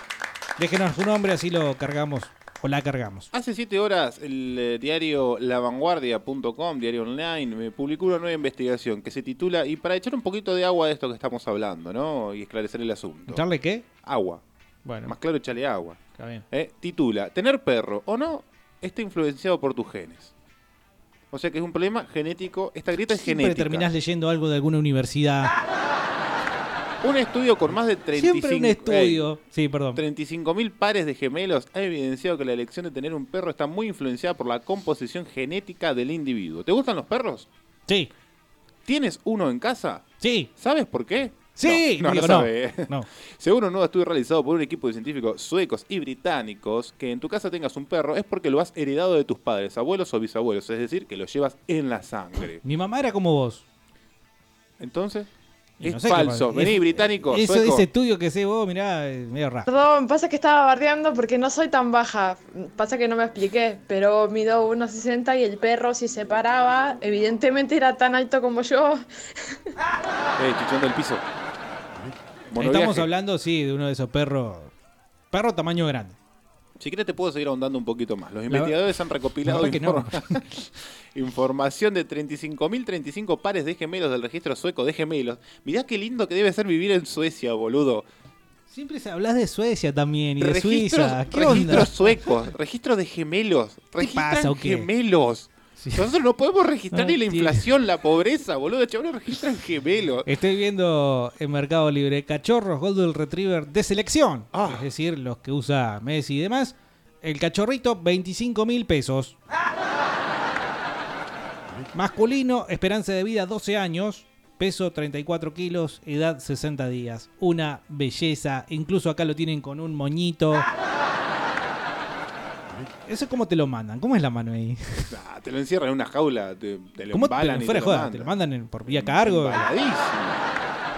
Déjenos un nombre, así lo cargamos o la cargamos.
Hace siete horas el eh, diario lavanguardia.com, diario online, me publicó una nueva investigación que se titula, y para echar un poquito de agua de esto que estamos hablando, ¿no? Y esclarecer el asunto.
¿Echarle qué?
Agua.
Bueno.
Más claro, echale agua.
Está bien.
Eh, Titula, tener perro o no está influenciado por tus genes. O sea que es un problema genético, esta grieta es
Siempre
genética.
terminás leyendo algo de alguna universidad.
Un estudio con más de 35
Siempre un estudio. sí, perdón.
35.000 pares de gemelos ha evidenciado que la elección de tener un perro está muy influenciada por la composición genética del individuo. ¿Te gustan los perros?
Sí.
¿Tienes uno en casa?
Sí.
¿Sabes por qué?
Sí,
no, no,
digo,
no
no,
sabe. ¿eh?
no.
Según un nuevo estudio realizado por un equipo de científicos suecos y británicos, que en tu casa tengas un perro es porque lo has heredado de tus padres, abuelos o bisabuelos, es decir, que lo llevas en la sangre.
Mi mamá era como vos.
Entonces,
Y
es
no sé qué
falso.
pasa.
Vení,
Es-
británico,
Eso,
sueco.
ese estudio que sé vos, mirá, es medio raro.
Perdón, pasa que estaba bardeando porque no soy tan baja. Pasa que no me expliqué, pero mido 1,60 y el perro, si se paraba, evidentemente era tan alto como yo.
Eh, chichón del piso. Monoviaje.
Estamos hablando, sí, de uno de esos perros. Perro tamaño grande.
Si quieres te puedo seguir ahondando un poquito más. Los
La-
investigadores han recopilado
la verdad que no.
informa- información de 35.035 pares de gemelos del registro sueco de gemelos. Mirá qué lindo que debe ser vivir en Suecia, boludo.
Siempre se hablas de Suecia también y de
Registros-
Suiza. ¿Qué
registros
onda?
suecos, registros de gemelos. Registran
pasa o qué?
gemelos. Nosotros no podemos registrar
No
ni la
tiene-
inflación, la pobreza, boludo. Chavales registran gemelos.
Estoy viendo en Mercado Libre cachorros Golden Retriever de selección.
Ah.
Es decir, los que usa Messi y demás. El cachorrito, 25 mil pesos. Masculino, esperanza de vida 12 años. Peso 34 kilos, edad 60 días. Una belleza. Incluso acá lo tienen con un moñito. ¿Eso cómo te lo mandan? ¿Cómo es la mano ahí?
Ah, te lo encierran en una jaula, te, te lo
¿Cómo te,
embalan y
fuera
te
de
lo
joda,
mandan.
te lo mandan en- por vía cargo?
Embaladísimo.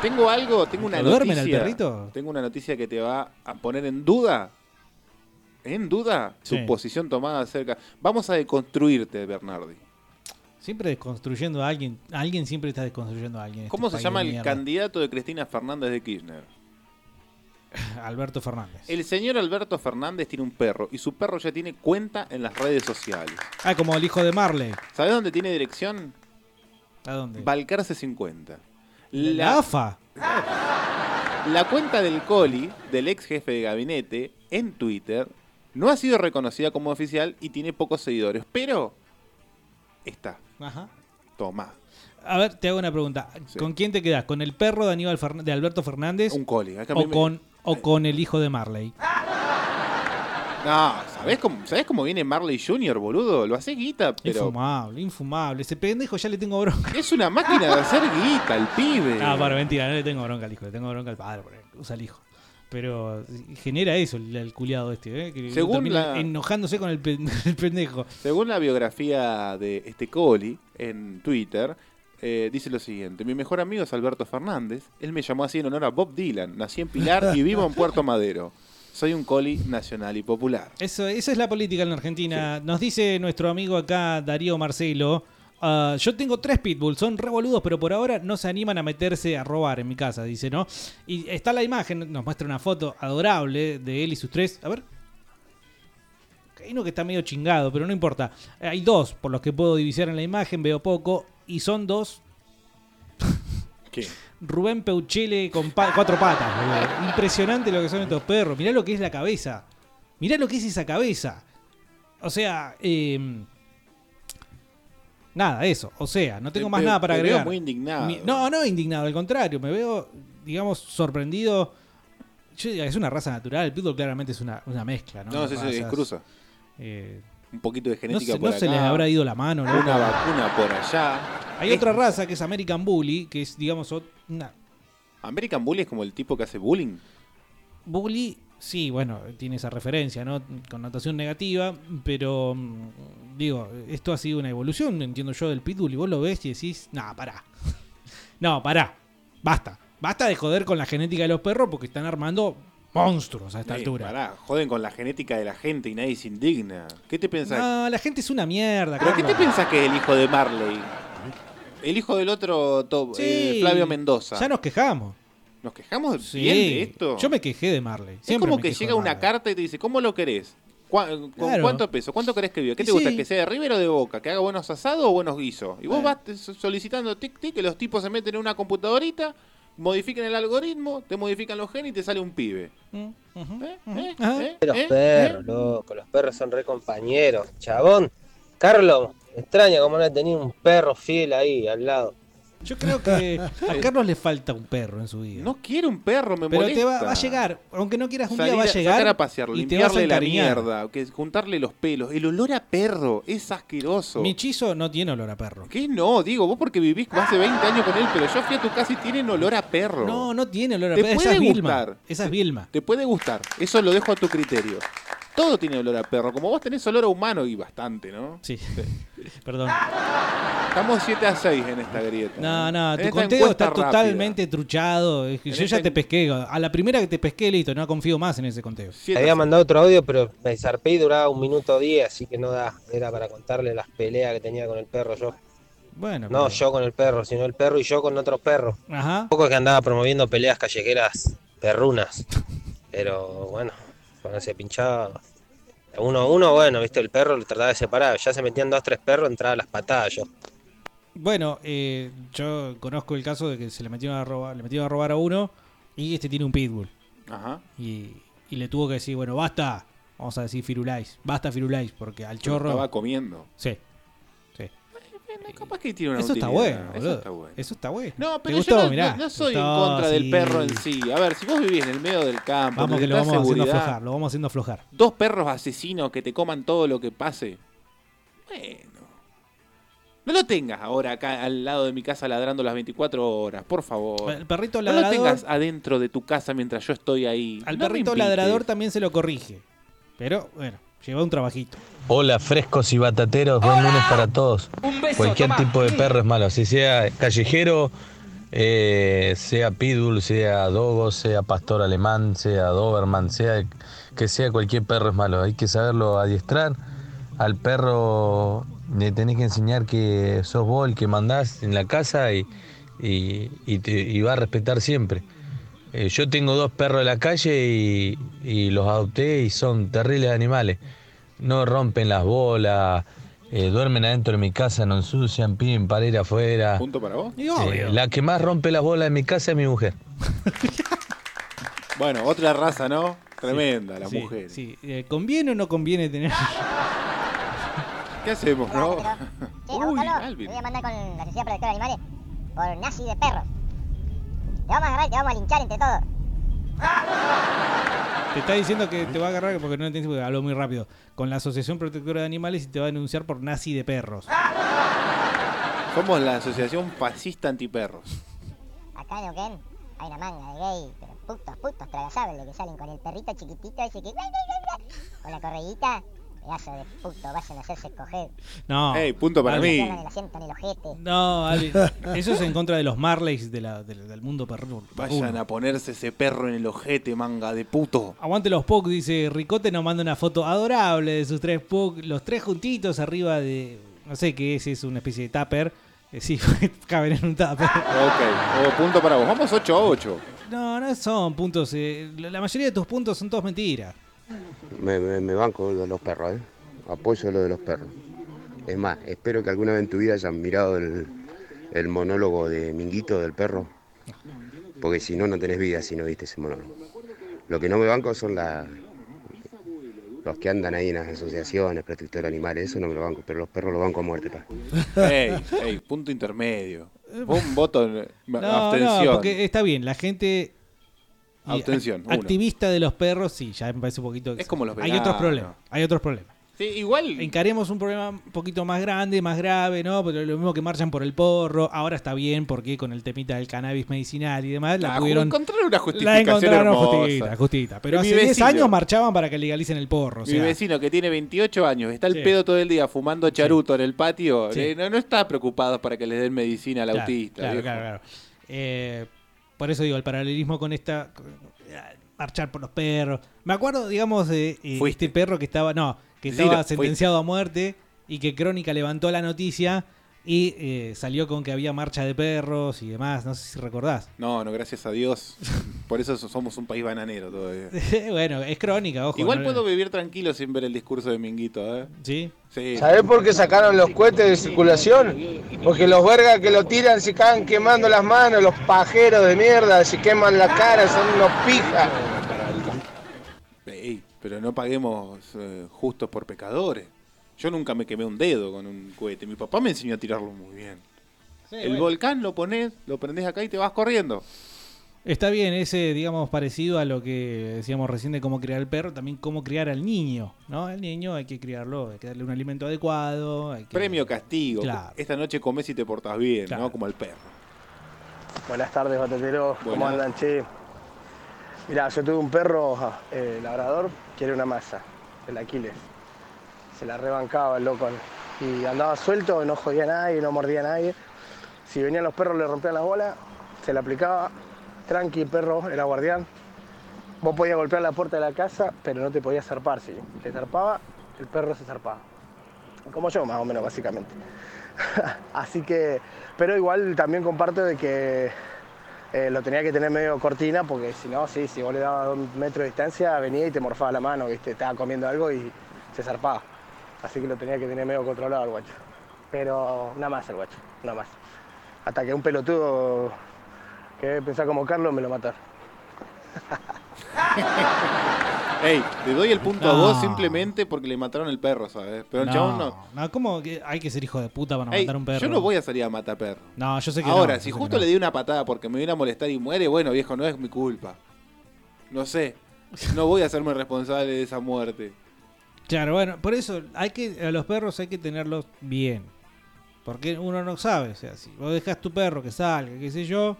Tengo algo, tengo una
¿Lo duermen
noticia.
al perrito?
Tengo una noticia que te va a poner en duda. En duda
Sí.
tu posición tomada acerca. Vamos a deconstruirte, Bernardi.
Este Siempre desconstruyendo a alguien. Alguien siempre está desconstruyendo a alguien. en este
¿Cómo se
país
llama
de
el
mierda.
candidato de Cristina Fernández de Kirchner?
Alberto Fernández.
El señor Alberto Fernández tiene un perro y su perro ya tiene cuenta en las redes sociales.
Ah, como el hijo de Marley.
¿Sabés dónde tiene dirección?
¿A dónde?
Balcarce 50.
La, AFA.
La cuenta del Coli, del ex jefe de gabinete, en Twitter, no ha sido reconocida como oficial y tiene pocos seguidores, pero está.
Ajá.
Tomá.
A ver, te hago una pregunta.
Sí.
¿Con quién te quedas? ¿Con el perro de, Aníbal Fern- de Alberto Fernández?
Un coli. Acá a mí
O
me-
con, o con el hijo de Marley.
No, ¿sabés cómo, ¿sabés cómo viene Marley Jr., boludo? Lo hace guita, pero.
Infumable, infumable. Ese pendejo ya le tengo bronca.
Es una máquina de hacer guita, el pibe.
No, para, Ah, mentira, no le tengo bronca al hijo, le tengo bronca al padre, por ejemplo, usa el hijo. Pero eh, genera eso el, el culiado este, ¿eh? que
Según
termina
la-
enojándose con el, pen- el pendejo.
Según la biografía de este Coli en Twitter, eh, dice lo siguiente: Mi mejor amigo es Alberto Fernández. Él me llamó así en honor a Bob Dylan. Nací en Pilar y vivo en Puerto Madero. Soy un Coli nacional y popular.
Eso, esa es la política en la Argentina. Nos dice nuestro amigo acá, Darío Marcelo. "Ah, yo tengo tres pitbulls, son revoludos, pero por ahora no se animan a meterse a robar en mi casa, dice, ¿no? Y está la imagen, nos muestra una foto adorable de él y sus tres. A ver. Hay uno que está medio chingado, pero no importa. Eh, Hay dos, por los que puedo divisar en la imagen, veo poco. Y son dos.
¿Qué? Ah.
Rubén Peuchele con pa- cuatro patas, boludo. Impresionante lo que son estos perros. Mirá lo que es la cabeza. Mirá lo que es esa cabeza. O sea, eh, nada, eso. O sea, no tengo
Te-
más
te-
nada para
te veo
agregar.
muy indignado.
Mi- no, no indignado, al contrario. Me veo, digamos, sorprendido. Yo diría que es una raza natural. El pitbull claramente es una, una mezcla, Ah, ¿no?
No, sí, sí,
Razas.
es cruza. un poquito de genética
se-
por
no se
acá,
les habrá ido la mano, ¿no?
Una vacuna por allá.
Hay
Es-
otra raza que es American Bully, que es, digamos, ot- una
American Bully es como el tipo que hace bullying.
Bully, sí, bueno, tiene esa referencia, ¿no? Connotación negativa, pero mm, digo, esto ha sido una evolución, entiendo yo, del Pitbull, y vos lo ves y decís, nah, pará. no, pará. Basta. Basta de joder con la genética de los perros porque están armando monstruos a esta
Ey,
altura.
Eh, pará, joden con la genética de la gente y nadie se indigna. ¿Qué te pensás?
No, la gente es una mierda,
¿Pero qué te
Carlos.
pensás que es el hijo de Marley? El hijo del otro to- eh,
Sí,
Flavio Mendoza.
Ya nos quejamos.
¿Nos quejamos
Sí.
bien de esto?
Yo me quejé de Marley.
es
Siempre
como
me
que
quejo
llega
de
una
Marley.
carta y te dice, ¿cómo lo querés? ¿Cuá- ¿Con
Claro.
cuánto peso? ¿Cuánto querés que viva? ¿Qué
Y
te gusta?
sí.
¿Que sea de River o de Boca? ¿Que haga buenos asados o buenos guisos? Y vos
Eh.
vas te- so- solicitando tic tic que los tipos se meten en una computadorita, modifiquen el algoritmo, te modifican los genes y te sale un pibe. ¿Eh? ¿Eh? ¿Eh?
Los
¿Eh?
perros, loco, los perros son re compañeros, chabón. Carlos, extraña cómo no he tenido un perro fiel ahí al lado.
Yo creo que a Carlos le falta un perro en su vida.
No quiero un perro, me
Pero
molesta.
te va, va a llegar, aunque no quieras un
Salir
día va a
a-
llegar.
sacar a pasear,
y te vas a
limpiarle la
encariñar.
mierda, que es juntarle los pelos. El olor a perro es asqueroso.
Mi hechizo no tiene olor a perro.
¿Qué no? Digo, vos porque vivís hace 20 años con él, pero yo fui a tu casa y tienen olor a perro.
No, no tiene olor a
Te
perro. Esa
puede
es Vilma.
gustar.
Esa es Vilma.
Te puede gustar, eso lo dejo a tu criterio. Todo tiene olor a perro, como vos tenés olor a humano y bastante, ¿no?
Sí. Perdón.
Estamos 7 a 6 en esta grieta.
No,
En
no, tu
esta
conteo
encuesta
está
rápida.
totalmente truchado. Es que
En
Yo ya
esta
te pesqué. A la primera que te pesqué, listo, no confío más en ese conteo.
Te había mandado otro audio, pero me zarpé y duraba un minuto diez, así que no da. Era para contarle las peleas que tenía con el perro yo.
Bueno,
No yo con el perro, sino el perro y yo con otro perro.
Ajá.
Tampoco es que andaba promoviendo peleas callejeras perrunas. Pero bueno, cuando se pinchaba uno a uno, bueno, viste, el perro lo trataba de separar. Ya se metían dos, tres perros, entraba a las patadas yo.
Bueno, eh, yo conozco el caso de que se le metieron a robar, le metieron a robar a uno y este tiene un pitbull.
Ajá.
Y, y le tuvo que decir, bueno, basta, vamos a decir firulais, basta firulais, porque al chorro.
Estaba comiendo.
Sí. sí.
Capaz que tiene una
Eso está
utilidad,
bueno, boludo.
Eso está bueno.
Eso está bueno.
No, pero
¿Te
yo
gustó?
no,
Mirá,
no- no soy
gustó,
en contra del
sí.
perro en sí. A ver, si vos vivís en el medio del campo,
Vamos que lo
necesitas
vamos haciendo
seguridad,
aflojar, lo vamos haciendo aflojar.
dos perros asesinos que te coman todo lo que pase. Bueno. No lo tengas ahora acá al lado de mi casa ladrando las 24 horas, por favor.
El perrito
no lo
ladrador-
tengas adentro de tu casa mientras yo estoy ahí.
Al
No me
perrito
invites.
ladrador también se lo corrige. Pero bueno, lleva un trabajito.
Hola frescos y batateros, buen lunes para todos.
Un beso,
Cualquier
tomá.
tipo de perro es malo, si sea callejero, eh, sea pitbull, sea dogo, sea pastor alemán, sea doberman, sea que sea cualquier perro es malo. Hay que saberlo adiestrar. Al perro le tenés que enseñar que sos vos el que mandás en la casa y, y- y te- y va a respetar siempre. Eh, yo tengo dos perros de la calle y, y los adopté y son terribles animales. No rompen las bolas, eh, duermen adentro de mi casa, no ensucian, piden para ir afuera.
¿Punto para vos?
Eh, la que más rompe las bolas en mi casa es mi mujer.
Bueno, otra raza, ¿no? Tremenda, la
Sí,
mujer.
sí. Eh, ¿Conviene o no conviene tener.?
¿Qué hacemos, no?
Che, Gonzalo, te voy a mandar con la sociedad protectora de animales por nazi de perros. Te vamos a agarrar y te vamos a linchar entre todos.
Te está diciendo que te va a agarrar porque no entendí porque habló muy rápido. Con la Asociación Protectora de Animales y te va a denunciar por nazi de perros.
Somos la Asociación Fascista Antiperros.
Acá en Neuquén hay una manga de gay, pero putos, putos, tragasables que salen con el perrito chiquitito ese que... Con la correguita, pedazo de puto, vayan a hacerse coger.
No.
Ey, punto para
Alvin.
mí.
Ni el asiento, ni el ojete.
No, Alvin. Eso es en contra de los Marleys de la- del, del mundo perro.
Vayan a ponerse ese perro en el ojete, manga de puto.
Aguante los Puck, dice Ricote, nos manda una foto adorable de sus tres Puck, los tres juntitos arriba de, no sé qué es, es una especie de tupper. Eh, Sí, caben en un tupper.
Ok, o punto para vos. Vamos 8 a 8.
No, no son puntos, eh, la la mayoría de tus puntos son todos mentiras.
Me, me- me banco lo de los perros, ¿eh? Apoyo lo de los perros. Es más, espero que alguna vez en tu vida hayan mirado el, el monólogo de Minguito del perro. Porque si no, no tenés vida si no viste ese monólogo. Lo que no me banco son la- los que andan ahí en las asociaciones, protector de animales, eso no me lo banco, pero los perros lo banco a muerte, pa.
Ey, ey, punto intermedio. Un voto en-
No,
abstención.
no, porque está bien, la gente... y
Abstención, uno.
a- Activista de los perros, sí, ya me parece un poquito...
Es como los
Hay otros
veganos.
problemas, hay otros problemas.
Sí, igual.
Encaremos un problema un poquito más grande, más grave, ¿no? Pero lo mismo que marchan por el porro, ahora está bien porque con el temita del cannabis medicinal y demás, la,
Ah,
pudieron...
encontraron una justificación
La encontraron
hermosa.
justita, justita. Pero
Mi
hace 10
vecino.
años marchaban para que legalicen el porro. o
Mi
sea,
vecino que tiene 28 años, está
Sí.
el pedo todo el día fumando charuto en el patio,
Sí.
eh, no, no está preocupado para que le den medicina al
claro,
autista.
Claro,
viejo.
claro, claro. Eh, por eso digo, el paralelismo con esta... con- ah, Marchar por los perros. Me acuerdo, digamos, de eh,
Fuiste.
este perro que estaba... No, que
Ciro,
estaba
fuiste.
sentenciado a muerte y que Crónica levantó la noticia y eh, salió con que había marcha de perros y demás. No sé si recordás.
No, no, gracias a Dios. Por eso so- somos un país bananero todavía.
bueno, es crónica, ojo.
Igual
no-
puedo vivir tranquilo sin ver el discurso de Minguito, ¿eh?
Sí.
Sí.
¿Sabés por qué sacaron los cohetes de circulación? Porque los vergas que lo tiran se cagan quemando las manos, los pajeros de mierda, se queman la cara, son unos pijas.
Ey, pero no paguemos eh, justos por pecadores. Yo nunca me quemé un dedo con un cohete. Mi papá me enseñó a tirarlo muy bien. el
bueno.
volcán lo pones, lo prendés acá y te vas corriendo.
Está bien, ese, digamos, parecido a lo que decíamos recién de cómo criar al perro, también cómo criar al niño, ¿no? Al niño hay que criarlo, hay que darle un alimento adecuado. hay que-
Premio castigo.
Claro.
Esta noche comés y te portás bien, ¿no? Como el perro.
Buenas tardes, batateros. ¿Cómo
Buenas.
andan, che? Mirá, yo tuve un perro eh, labrador que era una masa, el Aquiles. Se la rebancaba el loco. Y andaba suelto, no jodía a nadie, no mordía a nadie. Si venían los perros, le rompían las bolas, se la aplicaba. Tranqui, perro, era guardián. Vos podías golpear la puerta de la casa, pero no te podías zarpar, sí. Te zarpaba, el perro se zarpaba. Como yo, más o menos, básicamente. Así que, pero igual también comparto de que eh, lo tenía que tener medio cortina, porque si no, sí, si vos le dabas dos metros de distancia, venía y te morfaba la mano, ¿viste? Estaba comiendo algo y se zarpaba. Así que lo tenía que tener medio controlado el guacho. Pero nada más el guacho, nada más. Hasta que un pelotudo que debe pensar como Carlos me lo mató.
Ey, te doy el punto a
No.
vos simplemente porque le mataron el perro, ¿sabes? Pero el
No,
chabón no.
no, ¿cómo que hay que ser hijo de puta para
Ey,
matar un perro?
Yo no voy a salir a matar perro.
No, yo sé que
Ahora,
no,
si
yo sé
justo
que
le
no.
di una patada porque me viene a molestar y muere, bueno, viejo, no es mi culpa. No sé. No voy a hacerme responsable de esa muerte.
Claro, bueno, por eso hay que a los perros hay que tenerlos bien. Porque uno no sabe, o sea, si vos dejas tu perro que salga, qué sé yo,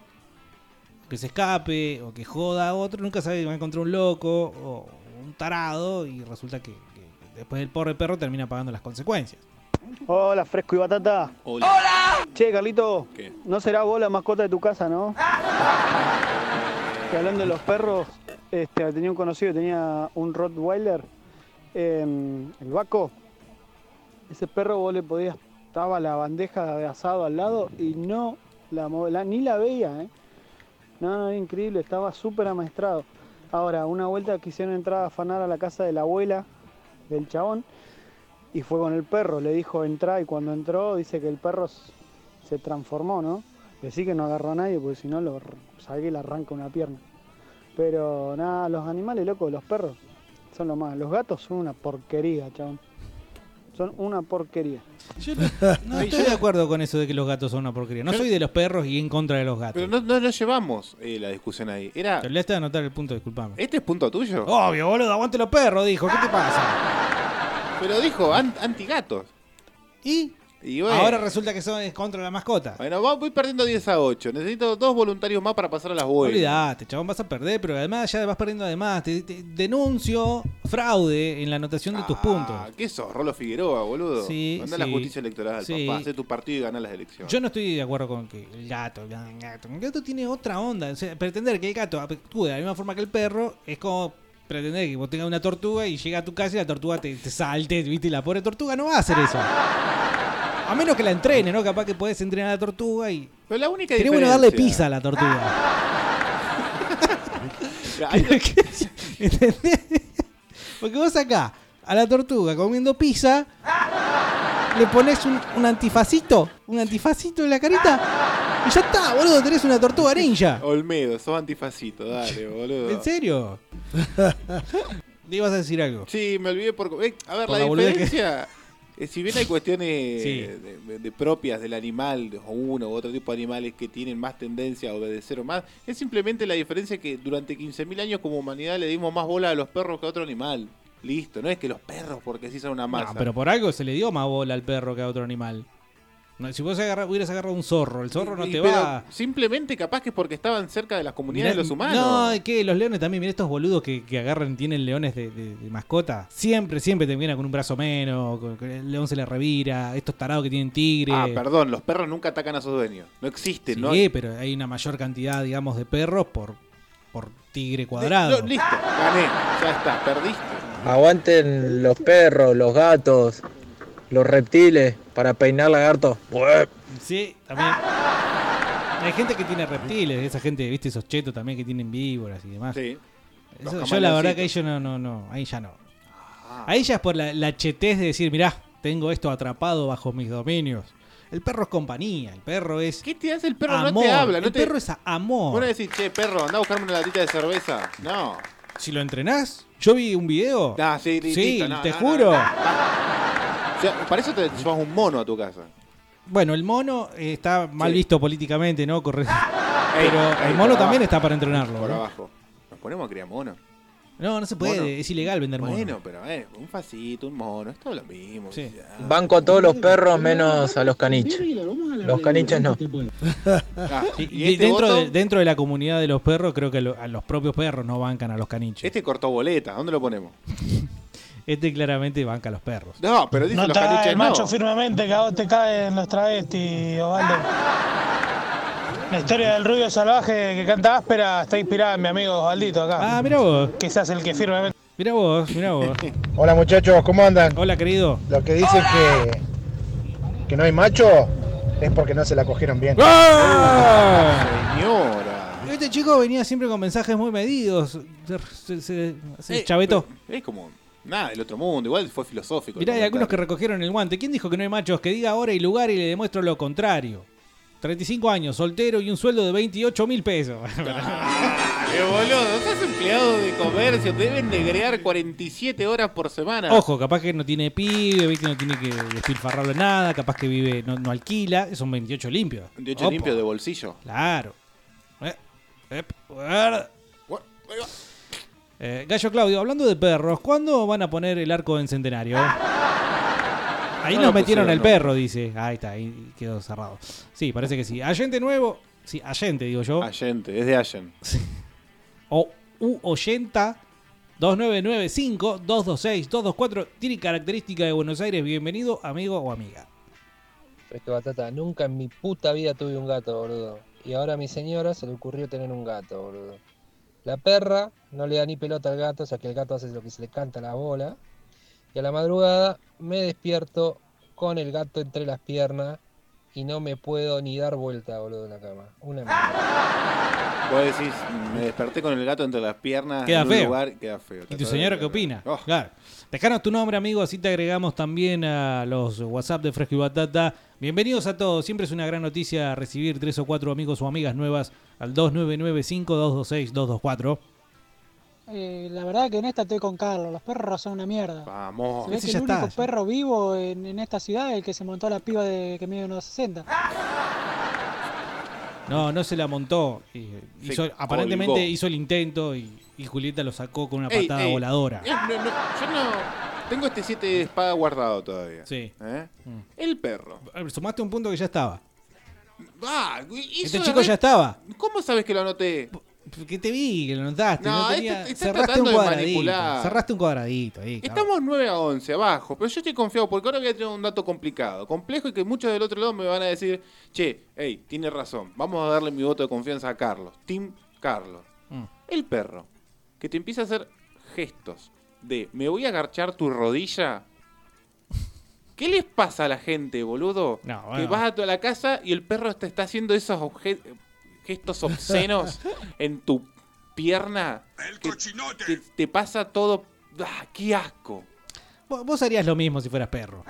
que se escape o que joda a otro, nunca sabes si va a encontrar un loco o un tarado y resulta que, que después el pobre perro termina pagando las consecuencias.
Hola, fresco y batata.
Hola.
Che, Carlito,
¿Qué?
no será vos la mascota de tu casa, ¿no? Que hablando de los perros, este, tenía un conocido, tenía un Rottweiler, eh, el Baco. Ese perro vos le podías, estaba la bandeja de asado al lado y no la, mo- la- ni la veía, ¿eh? No, no, era increíble, estaba súper amaestrado. Ahora, una vuelta quisieron entrar a afanar a la casa de la abuela del chabón y fue con el perro, le dijo entra y cuando entró dice que el perro s- se transformó, ¿no? Decí que no agarró a nadie porque si no lo r- saqué y le arranca una pierna. Pero nada, los animales locos, los perros son lo más. Los gatos son una porquería, chabón. Son una porquería.
No estoy de acuerdo con eso de que los gatos son una porquería. No soy de los perros y en contra de los gatos.
Pero no, no, no llevamos eh, la discusión ahí. Era,
Pero le está de anotar el punto, disculpame.
¿Este es punto tuyo?
Obvio, boludo, aguante los perros, dijo. ¿Qué te pasa?
Pero dijo an- antigatos.
¿Y?
Y bueno,
Ahora resulta que son es contra la mascota.
bueno, va- voy perdiendo 10 a 8. Necesito dos voluntarios más para pasar a las vueltas.
Olvídate, chabón, vas a perder, pero además ya vas perdiendo además. Te, te- denuncio fraude en la anotación de tus puntos.
¿Qué sos, Rolo Figueroa, boludo?
Sí,
Anda
sí.
la justicia electoral,
Sí.
papá. Hacé tu partido y ganá las elecciones.
Yo no estoy de acuerdo con que el gato, el gato. El gato tiene otra onda. O sea, pretender que el gato actúe de la misma forma que el perro es como pretender que vos tengas una tortuga y llega a tu casa y la tortuga te, te salte, ¿viste? Y la pobre tortuga no va a hacer eso. A menos que la entrene, ¿no? Capaz que podés entrenar a la tortuga y.
Pero la única
Sería bueno
diferencia-
darle pizza a la tortuga. ¿Entendés? Porque vos acá, a la tortuga comiendo pizza, le pones un, un antifacito, un antifacito en la carita, y ya está, boludo, tenés una tortuga ninja.
Olmedo, sos antifacito, dale, boludo.
¿En serio? ¿Le ibas a decir algo?
Sí, me olvidé por... eh, a ver,
Por
la,
la boludez que-
diferencia... eh, si bien hay cuestiones
Sí.
de, de propias del animal, o uno u otro tipo de animales que tienen más tendencia a obedecer o más, es simplemente la diferencia que durante 15.000 años como humanidad le dimos más bola a los perros que a otro animal. Listo, no es que los perros porque sí son una masa.
No, pero por algo se le dio más bola al perro que a otro animal. No, si vos agarra- hubieras agarrado un zorro, el zorro no
Y-
te
pero
va.
Simplemente capaz que es porque estaban cerca de las comunidades
Mirá-
de los humanos.
No, es que los leones también, mira estos boludos que, que agarran, tienen leones de, de- de mascota. Siempre, siempre terminan con un brazo menos, con- con el león se le revira, estos tarados que tienen tigre.
Ah, perdón, los perros nunca atacan a sus dueños. No existe,
Sí,
¿no? hay-
pero hay una mayor cantidad, digamos, de perros por, por tigre cuadrado.
No, listo, gané, ya está, perdiste.
Aguanten los perros, los gatos, los reptiles para peinar lagarto.
Sí, también. Hay gente que tiene reptiles, esa gente, viste, esos chetos también que tienen víboras y demás.
Sí.
Eso-
Los
yo la
camaleoncitos.
verdad
Ah.
que ahí yo no, no, no, ahí ya no. Ahí ya es por la, la chetez de decir, mirá, tengo esto atrapado bajo mis dominios. El perro es compañía, el perro es.
¿Qué te hace el perro? No
amor,
te habla, no
el
te-
perro es amor.
Vos no decís, che, perro, andá a buscarme una latita de cerveza. No.
Si lo entrenás, yo vi un video.
Ah, sí, li- listo, no,
te
no, no,
juro.
no. O sea, para eso te llevas un mono a tu casa.
Bueno, el mono eh, está mal visto políticamente, ¿no? Corre-
Ey,
Pero
ey,
el mono
por
también
abajo,
está para entrenarlo.
Por
¿no?
abajo. Nos ponemos a criar mono.
No, no se puede,
Mono.
es ilegal vender mono.
Bueno, pero eh, un facito, un mono, es todo lo mismo. Ya.
Banco a todos los perros menos a los caniches. Los caniches no.
Ah,
Y,
y
y
este
dentro,
voto?
de, dentro de la comunidad de los perros, creo que lo- a los propios perros no bancan a los caniches.
Este cortó boleta, ¿dónde lo ponemos?
Este claramente banca a los perros.
No, pero dice
No
los
está
caniches
el macho
no.
firmemente que a vos te caen los travestis, Ovaldo. La historia del rubio salvaje que canta áspera está inspirada en mi amigo Osvaldito acá.
Ah, mira vos.
Quizás el que firmemente.
Mira vos, mira vos.
Hola muchachos, ¿cómo andan?
Hola querido.
Lo que dicen que, que no hay macho es porque no se la cogieron bien.
Señora.
Este chico venía siempre con mensajes muy medidos. Se, se- se
Eh,
chavetó.
pero Es como nada del otro mundo, igual fue filosófico. el
Mirá, hay algunos que
comentario.
recogieron el guante. ¿Quién dijo que no hay machos? Que diga hora y lugar y le demuestro lo contrario. 35 años, soltero y un sueldo de 28 mil pesos.
Eh, boludo, estás empleado de comercio, te deben negrear 47 horas por semana.
Ojo, capaz que no tiene pibe, ¿viste? no tiene que despilfarrarlo en nada, capaz que vive, no, no alquila, son 28 limpios.
28
Opa.
limpio de bolsillo.
Claro. Eh, ep, guarda. Eh, Gallo Claudio, hablando de perros, ¿cuándo van a poner el arco en centenario? Ahí
No
nos
lo
metieron
pusieron,
el
no.
perro, dice. Ahí está, ahí quedó cerrado. Sí, parece que sí. Allente nuevo. Sí, Allente, digo yo.
Allente, es de Allen.
O U80 2995 226 224. Tiene característica de Buenos Aires. Bienvenido, amigo o amiga.
Es que Este batata, nunca en mi puta vida tuve un gato, boludo. Y ahora a mi señora se le ocurrió tener un gato, boludo. La perra no le da ni pelota al gato, o sea que el gato hace lo que se le canta a la bola. Y a la madrugada me despierto con el gato entre las piernas y no me puedo ni dar vuelta, boludo, en la cama. Una mierda.
Vos decís, me desperté con el gato entre las piernas.
Queda
en un
feo.
lugar, queda feo.
¿Y tu señora qué opina?
Oh.
Claro. Dejanos tu nombre, amigo, así te agregamos también a los WhatsApp de Fresco y Batata. Bienvenidos a todos. Siempre es una gran noticia recibir tres o cuatro amigos o amigas nuevas al 2995-226-224.
Eh, la verdad que en esta estoy con Carlos, los perros son una mierda.
Vamos.
Se ve
Ese
que
ya
el único
está.
perro vivo en, en esta ciudad es el que se montó a la piba de que mide unos 60.
No, no se la montó. Y hizo-
colgó.
aparentemente hizo el intento y, y Julieta lo sacó con una
Ey,
patada
ey.
voladora.
Eh, no, no, yo no. Tengo este 7 de espada guardado todavía.
Sí.
¿Eh? El perro.
Mm. Sumaste un punto que ya estaba.
Va, güey, hizo
Este
la
chico
re-
ya estaba.
¿Cómo sabes que lo anoté?
Que te vi, que lo notaste.
No,
No, tenía-
este- está
cerraste
tratando
un
de
cuadradito.
manipular.
Cerraste un cuadradito ahí. cabrón.
Estamos 9 a 11, abajo, pero yo estoy confiado porque ahora voy a tener un dato complicado, complejo y que muchos del otro lado me van a decir, che, hey, tiene razón, vamos a darle mi voto de confianza a Carlos, Tim Carlos.
Mm.
El perro, que te empieza a hacer gestos de, me voy a agarchar tu rodilla. ¿Qué les pasa a la gente, boludo? Que
bueno.
vas a toda la casa y el perro te está haciendo esos obje- gestos obscenos en tu pierna. El cochinote. Te, te pasa todo. ¡Ah, ¡Qué asco!
Vos vos harías lo mismo si fueras perro.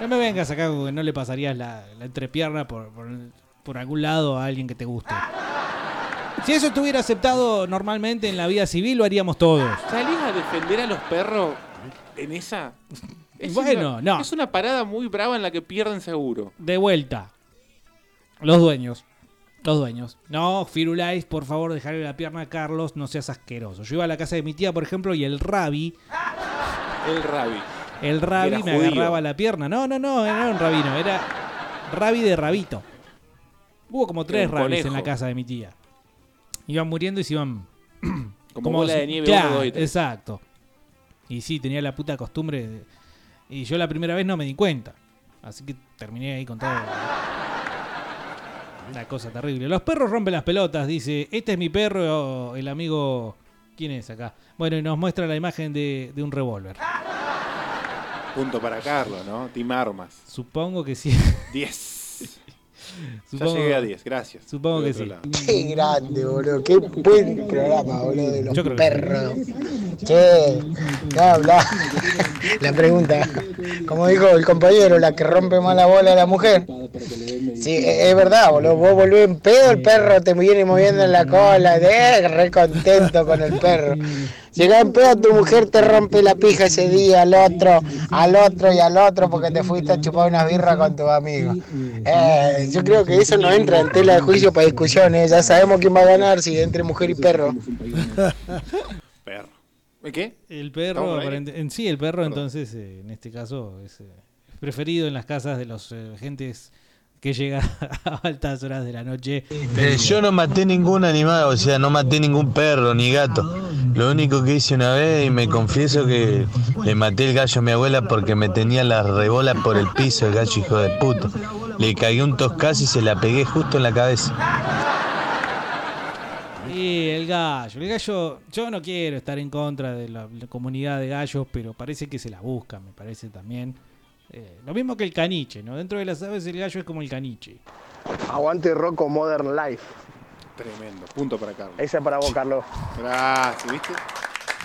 No me vengas acá con que no le pasarías la, la entrepierna por, por, por algún lado a alguien que te guste. Si eso estuviera aceptado normalmente en la vida civil, lo haríamos todos.
¿Salís a defender a los perros en esa?
Bueno,
una,
no.
Es una parada muy brava en la que pierden seguro.
De vuelta. Los dueños. Los dueños. No, Firulais, por favor, dejarle la pierna a Carlos, no seas asqueroso. Yo iba a la casa de mi tía, por ejemplo, y el Rabi,
El Rabi.
el Rabi
Era
me
judío.
agarraba la pierna. No, no, no, no era un rabino, era Rabi de rabito. Hubo como tres
un
Rabis en
conejo.
la casa de mi tía. Iban muriendo y se iban...
Como bola de nieve,
Claro,
uno, dos y tres.
exacto. Y sí, tenía la puta costumbre. de- Y yo la primera vez no me di cuenta. Así que terminé ahí con todo. Una cosa terrible. Los perros rompen las pelotas, dice. Este es mi perro, el amigo. ¿Quién es acá? Bueno, y nos muestra la imagen de, de un revólver.
Punto para Carlos, ¿no? Tim Armas.
Supongo que sí.
10.
Supongo-
Ya llegué a 10, gracias.
Supongo
Voy a
que
otro
sí.
lado.
Qué grande, boludo. Qué buen programa, boludo, de los
Yo creo que
perros. Che, ¿qué habla? La pregunta. Como dijo el compañero, la que rompe más la bola es la mujer. Sí, e- es verdad, boludo. Vos volvés en pedo, el perro te viene moviendo en la cola. De, re contento con el perro. Llegás en pedo, tu mujer te rompe la pija ese día, al otro, al otro y al otro, porque te fuiste a chupar unas birras con tus amigos. Eh, yo creo que eso no entra en tela de juicio para discusiones. Ya sabemos quién va a ganar si entre mujer y perro.
Perro. ¿Qué?
El
¿Estamos
perro,
al aire?
aparente- en sí, el perro, entonces, eh, en este caso, es eh, preferido en las casas de los eh, gentes que llega a altas horas de la noche.
Eh, yo no maté ningún animal, o sea, no maté ningún perro ni gato. Lo único que hice una vez, y me confieso que le maté el gallo a mi abuela porque me tenía las rebolas por el piso, el gallo hijo de puto. Le cagué un toscazo y se la pegué justo en la cabeza.
Y el gallo, el gallo, yo no quiero estar en contra de la, la comunidad de gallos, pero parece que se la busca, me parece también. Eh, lo mismo que el caniche, ¿no? Dentro de las aves el gallo es como el caniche.
Aguante Rocco Modern Life.
Tremendo. Punto para Carlos.
Esa es para vos, Carlos.
Gracias, ¿viste?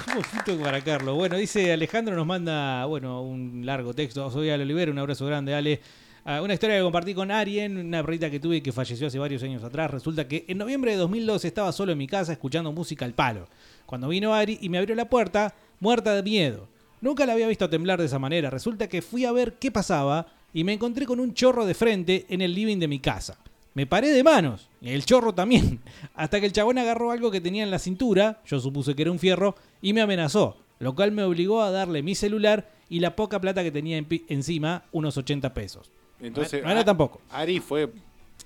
¿Cómo fuiste para Carlos? Bueno, dice Alejandro, nos manda, bueno, un largo texto. Soy Ale Olivera, un abrazo grande, Ale. Ah, una historia que compartí con Arien, una perrita que tuve que falleció hace varios años atrás. Resulta que en noviembre de 2002 estaba solo en mi casa escuchando música al palo. Cuando vino Ari y me abrió la puerta, muerta de miedo. Nunca la había visto temblar de esa manera. Resulta que fui a ver qué pasaba y me encontré con un chorro de frente en el living de mi casa. Me paré de manos, el chorro también, hasta que el chabón agarró algo que tenía en la cintura, yo supuse que era un fierro, y me amenazó, lo cual me obligó a darle mi celular y la poca plata que tenía en pi- encima, unos 80 pesos.
Entonces, ah,
No era
A-
tampoco.
Ari fue.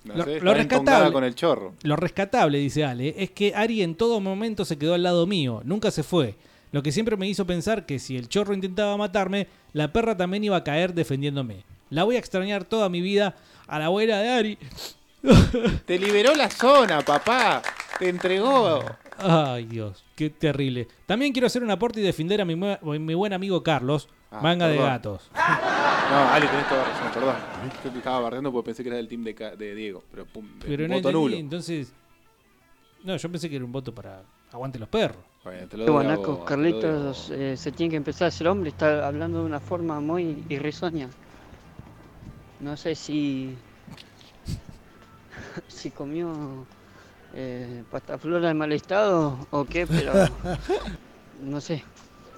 No
Lo-
sé,
lo
estaba entongada
rescatable-
con el chorro.
Lo rescatable, dice Ale, es que Ari en todo momento se quedó al lado mío, nunca se fue. Lo que siempre me hizo pensar que si el chorro intentaba matarme, la perra también iba a caer defendiéndome. La voy a extrañar toda mi vida a la abuela de Ari.
Te liberó la zona, papá. Ah, Te entregó.
Ay, Dios, qué terrible. También quiero hacer un aporte y defender a mi, mue- mi buen amigo Carlos,
Ah,
manga de
perdón. Ah.
gatos.
No, Ali, tenés toda razón, perdón. Yo te estaba bardeando porque pensé que era del team de, Ca- de Diego, pero pum, de-
Pero no
voto
entendí,
nulo.
entonces, No, yo pensé que era un voto para aguante los perros.
Qué guanacos, Carlitos eh, se tiene que empezar a hacer hombre, está hablando de una forma muy irrisoña. No sé si. si comió. eh, pastaflora en mal estado o qué, pero. no sé.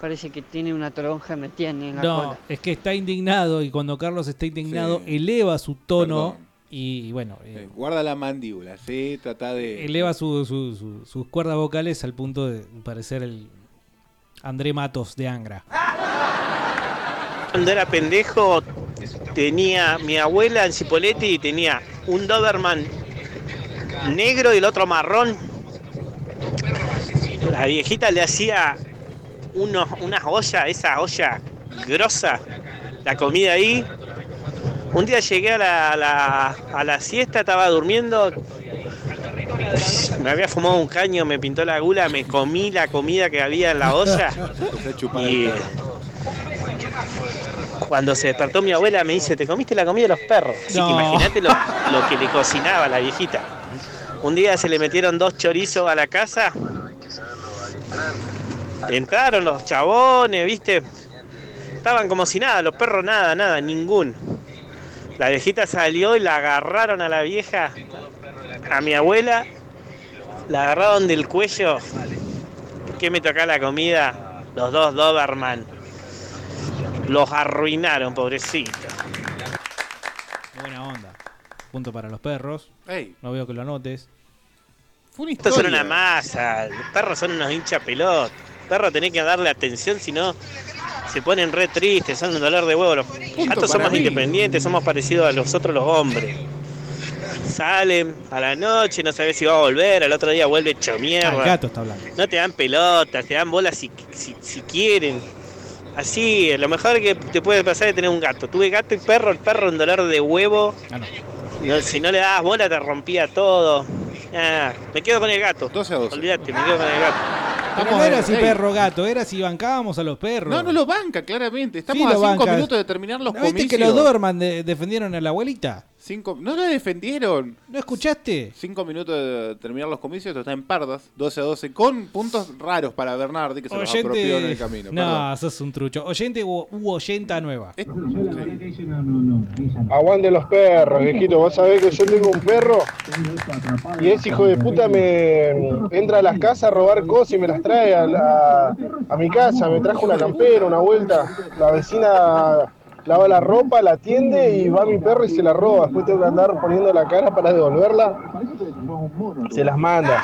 Parece que tiene una toronja metida en la
No,
cola.
es que está indignado y cuando Carlos está indignado eleva su tono y bueno, eh,
Eh, Guarda la mandíbula, sí, trata de.
eleva su- su- su- sus cuerdas vocales al punto de parecer el André Matos de Angra.
Cuando era pendejo, tenía mi abuela en Cipoletti tenía un Doberman negro y el otro marrón. La viejita le hacía unos, unas ollas, esa olla grosa, la comida ahí. Un día llegué a la, a la- a la siesta, estaba durmiendo. Me había fumado un caño, me pintó la gula, me comí la comida que había en la olla.
Empezó a chupar
Y-
el perro.
Cuando se despertó mi abuela me dice, te comiste la comida de los perros. Así
No.
que imagínate lo, lo que le cocinaba la viejita. Un día se le metieron dos chorizos a la casa. Entraron los chabones, viste. Estaban como si nada, los perros nada, nada, ningún. La viejita salió y la agarraron a la vieja, a mi abuela. La agarraron del cuello. ¿Por qué me tocaba la comida? Los dos Doberman. Los arruinaron, pobrecito.
Buena onda. Punto para los perros.
Ey.
No veo que lo anotes.
Estos son una masa, los perros son unos hincha pelot. Perro tenés que darle atención, si no se ponen re tristes, son un dolor de huevo. Los gatos
para
somos
mí.
independientes, somos parecidos a nosotros los hombres. Salen a la noche, no sabes si va a volver, al otro día vuelve hecho
Ah, el
mierda.
gato está hablando.
No te dan pelotas, te dan bolas si, si, si quieren. Así, lo mejor que te puede pasar es tener un gato. Tuve gato y perro, el perro un dolor de huevo.
Ah,
No, si no le dabas bola te rompía todo. Ah, me quedo con el gato. 12 a 12. Olvídate, me quedo con el gato.
Pero no era si perro gato, era si bancábamos a los perros.
No, no lo banca, claramente. Estamos
Sí,
a
lo
cinco
bancas.
minutos de terminar los
¿No
comicios.
viste que los Doberman de- defendieron a la abuelita?
Cinco- No lo defendieron.
¿No escuchaste?
Cinco minutos de terminar los comicios, esto está en pardas, 12 a 12, con puntos raros para Bernardi, que se los apropió en el camino.
no,
perdón.
sos un trucho. Oyente u, u oyenta nueva.
Aguante los perros, viejito. Vos sabés que yo tengo un perro y ese hijo de puta me entra a las casas a robar cosas y me las trae a, la- a mi casa. Me trajo una campera, una vuelta. La vecina lava la ropa, la atiende y va mi perro y se la roba. Después tengo que andar poniendo la cara para devolverla. Se las manda.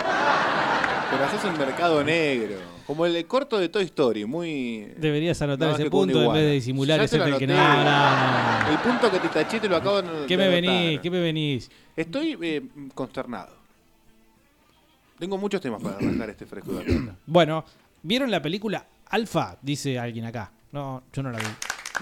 Pero haces un mercado negro. Como el corto de Toy Story, muy.
Deberías anotar
Nada más
ese
que con
punto en
iguana.
vez de disimular
Ya
y
se lo
ser el que no,
anoté.
no, no,
El punto que te taché te lo acabo de.
¿Qué
de
me
anotar.
venís? ¿Qué me venís?
Estoy eh, consternado. Tengo muchos temas para arrancar este fresco de mierda.
Bueno, ¿vieron la película Alfa? Dice alguien acá. No, yo no la vi.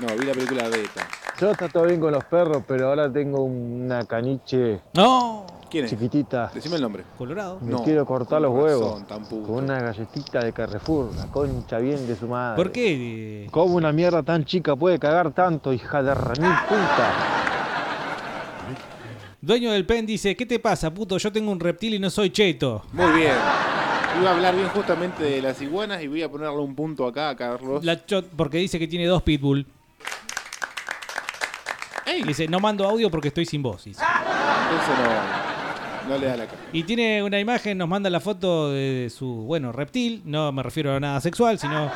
No, vi la película Beta.
Yo está todo bien con los perros, pero ahora tengo una caniche
no.
¿Quién es?
chiquitita.
Decime el nombre.
Colorado.
Me quiero cortar los
con razón,
huevos
tan puto.
con una galletita de Carrefour, la concha bien de su madre.
¿Por qué?
¿Cómo una mierda tan chica puede cagar tanto, hija de ramil puta?
Dueño del PEN dice, ¿qué te pasa, puto? Yo tengo un reptil y no soy cheto.
Muy bien. Iba a hablar bien justamente de las iguanas y voy a ponerle un punto acá a Carlos.
La cho- porque dice que tiene dos pitbull. Dice, no mando audio porque estoy sin voz. dice.
Entonces no, no le da la cara.
Y tiene una imagen, nos manda la foto de su, bueno, reptil. No me refiero a nada sexual, sino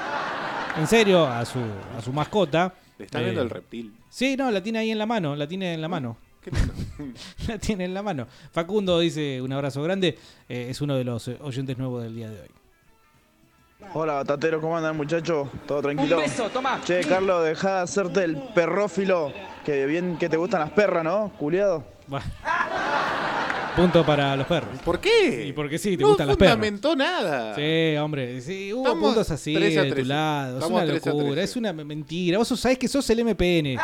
en serio, a su, a su mascota.
Le está
Eh,
viendo el Ah, reptil.
Sí, no, la tiene ahí en la mano, la tiene en la mano. la tiene en la mano. Facundo dice un abrazo grande, eh, es uno de los eh, oyentes nuevos del día de hoy.
Hola, batatero, ¿cómo andan, muchachos? ¿Todo tranquilo?
Un beso, toma.
Che, Carlos, dejá de hacerte el perrófilo. Que bien que te gustan las perras, ¿no? Culeado.
Punto para los perros.
¿Por qué?
Y porque sí, te
no
gustan las perras.
fundamentó nada.
Sí, hombre, sí, hubo
Estamos
puntos así
13 a
de
13.
tu lado.
Estamos
es una
13 a
locura,
13.
es una mentira. Vos sos- sabés que sos el MPN.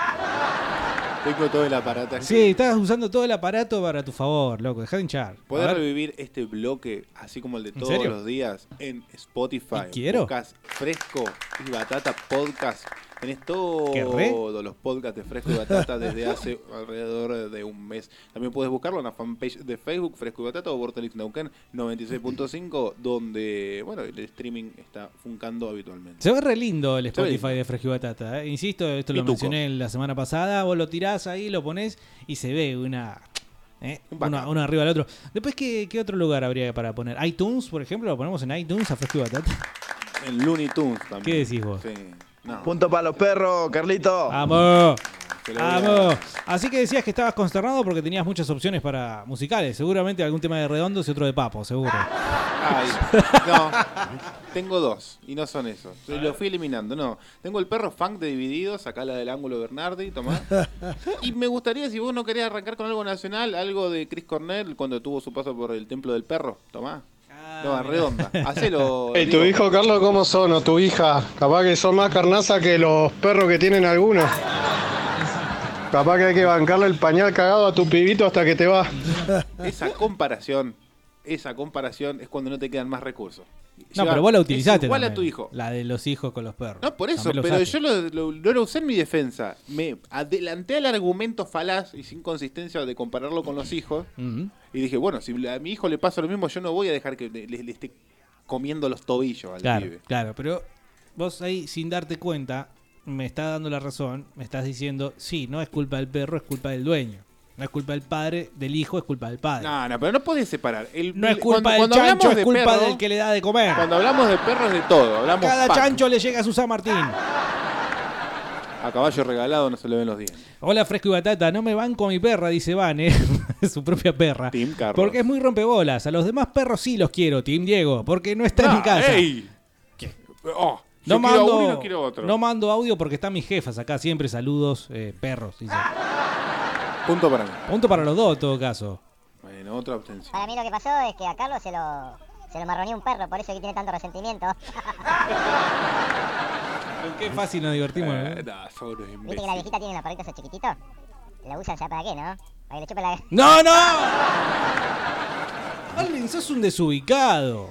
Tengo todo el aparato aquí.
Sí, estás usando todo el aparato para tu favor, loco. Dejá de hinchar. A
Poder
ver,
revivir este bloque, así como el de todos
serio?
los días, en Spotify,
Y quiero.
Podcast Fresco y Batata Podcast. Tenés todos
¿Qué re?
los podcasts de Fresco y Batata desde hace alrededor de un mes. También puedes buscarlo en la fanpage de Facebook, Fresco y Batata o Vortelix Neuquén 96.5, donde bueno el streaming está funcando habitualmente.
Se ve re lindo el
Se ve
Spotify de Fresco y Batata. eh. Insisto, esto
Y
lo
tuco.
mencioné la semana pasada. Vos lo tirás ahí, lo ponés y se ve una. eh, Uno, uno arriba del otro. Después, ¿qué, qué otro lugar habría para poner? ¿iTunes, por ejemplo? ¿Lo ponemos en iTunes a Fresco y Batata?
En Looney Tunes también.
¿Qué decís vos?
Sí. No.
Punto para los perros, Carlito.
¡Vamos!
Que lo
¡Vamos! Así que decías que estabas consternado porque tenías muchas opciones para musicales. Seguramente algún tema de redondos y otro de papo, seguro.
Ay, no. Tengo dos, y no son esos. Yo Lo fui eliminando, no. Tengo el perro funk de Divididos, acá la del ángulo Bernardi, tomá. Y me gustaría, si vos no querés arrancar con algo nacional, algo de Chris Cornell cuando tuvo su paso por el Templo del Perro, tomá.
Ah,
No, redonda. Hacelo.
¿Y tu
digo,
hijo, Carlos, cómo son? ¿O tu hija? Capaz que son más carnaza que los perros que tienen algunos. Capaz que hay que bancarle el pañal cagado a tu pibito hasta que te va.
Esa comparación, esa comparación es cuando no te quedan más recursos.
No,
Lleva-
pero vos la
es
utilizaste.
Igual a
también.
tu hijo.
La de los hijos con los perros.
No, por eso,
También lo
pero yo
usaste.
lo, lo- no lo usé en mi defensa. Me adelanté al argumento falaz y sin consistencia de compararlo con los hijos.
Mm.
Y dije, bueno, si a mi hijo le pasa lo mismo, yo no voy a dejar que le, le- le esté comiendo los tobillos al
Claro,
pibe.
claro, pero vos ahí sin darte cuenta me está dando la razón, me estás diciendo, sí, no es culpa del perro, es culpa del dueño. No es culpa del padre, del hijo, es culpa del padre.
Ah, No, no, pero no podés separar. El-
No es
el-
culpa del
hablamos
chancho, es
de
culpa
perro,
del que le da de comer.
Cuando hablamos de perros de todo, hablamos
Cada
pack.
chancho le llega a su San Martín.
a caballo regalado no se le ven los dientes.
Hola, fresco y batata. No me banco a mi perra, dice Van, ¿eh? su propia perra. Porque es muy rompebolas. A los demás perros sí los quiero, Tim Diego, porque no está en mi
Ah,
casa.
¡Ey! Oh, yo
No
quiero a
mando,
uno y no quiero a otro.
no mando audio porque están mis jefas acá siempre. Saludos, eh, perros. dice.
Punto para mí.
Punto para los dos, en todo caso.
Bueno, otra abstención.
Para mí lo que pasó es que a Carlos se lo, se lo marroneó un perro, por eso es que tiene tanto resentimiento.
Qué fácil nos divertimos. ¿eh?
Eh, nah, son unos
¿Viste que
imbéciles.
la viejita tiene los perritos esos chiquititos? La usan ya para qué, ¿no? Para que le chupe la...
¡No, no! Arlen, sos un desubicado.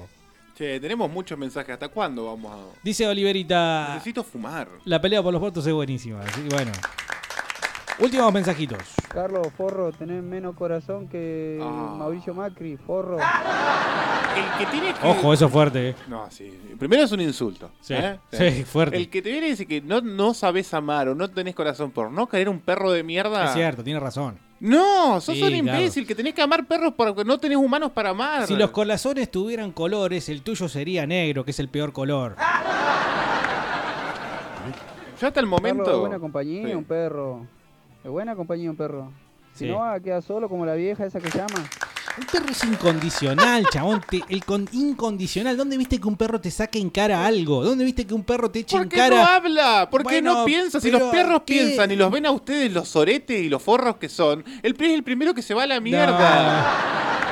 Che, tenemos muchos mensajes. ¿Hasta cuándo vamos a.?
Dice Oliverita.
Necesito fumar.
La pelea por los votos es buenísima. así que bueno. Últimos mensajitos.
Carlos, forro, tenés menos corazón que Mauricio Macri, forro.
El Ah. que tiene que-
Ojo, eso es fuerte. ¿eh?
No, sí. Primero es un insulto.
Sí,
¿eh?
sí, fuerte.
El que te viene y dice que no, no sabes amar o no tenés corazón por no querer un perro de mierda.
Es cierto, tiene razón.
No, sos
Sí,
un
claro.
imbécil que tenés que amar perros porque no tenés humanos para amar.
Si los corazones tuvieran colores, el tuyo sería negro, que es el peor color.
Yo hasta el
Carlos,
momento.
es buena compañía,
Sí.
un perro. Es buena compañía, un perro. Si
Sí.
no, va, queda solo como la vieja esa que llama.
Un perro es incondicional, chabón. te- el con- incondicional. ¿Dónde viste que un perro te saque en cara algo? ¿Dónde viste que un perro te eche
¿Por
en
qué
cara?
no habla? ¿Por qué
Bueno,
no piensa? Si
pero
los perros
¿qué?
piensan y los ven a ustedes los oretes y los forros que son, el perro es el primero que se va a la
No.
mierda.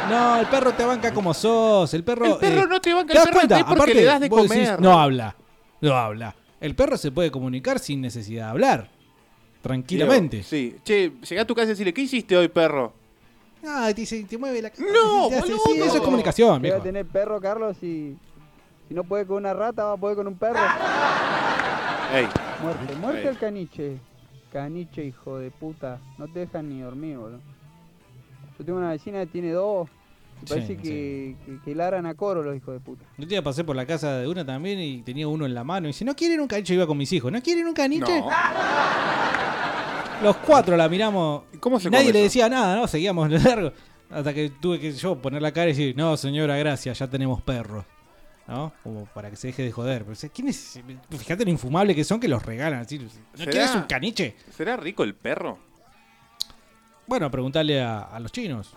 No, el perro te banca como sos. El perro.
El perro
eh,
no te banca,
¿te
el
das
perro
cuenta?
te porque
Aparte,
le das de
vos decís,
comer.
no habla. No habla. El perro se puede comunicar sin necesidad de hablar. Tranquilamente.
Sí. Che, llega Eh, a tu casa y decirle, ¿qué hiciste hoy, perro?
Ah, te, dice- te mueve la cara.
No,
te hace- sí, eso es comunicación,
Te va a
viejo.
tener perro, Carlos, y si no puede con una rata, va a poder con un perro.
Ey.
Muerte, muerte
Ey.
el caniche. Caniche, hijo de puta. No te dejan ni dormir, boludo. Yo tengo una vecina que tiene dos. y
Sí,
parece que, que, que laran a coro los hijos de puta.
Yo te pasé por la casa de una también y tenía uno en la mano. Y dice, ¿no quieren un caniche? Iba con mis hijos. ¿No quieren un caniche?
No.
Los cuatro la miramos.
¿Cómo se
Nadie
come
le
eso?
decía nada, ¿no? Seguíamos de largo. Hasta que tuve que yo poner la cara y decir, no, señora, gracias, ya tenemos perro. ¿No? Como para que se deje de joder. Pero, o sea, ¿quién es? Fíjate lo infumable que son que los regalan. así, ¿No
¿Será?
quieres un caniche?
¿Será rico el perro?
Bueno, preguntarle a, a los chinos.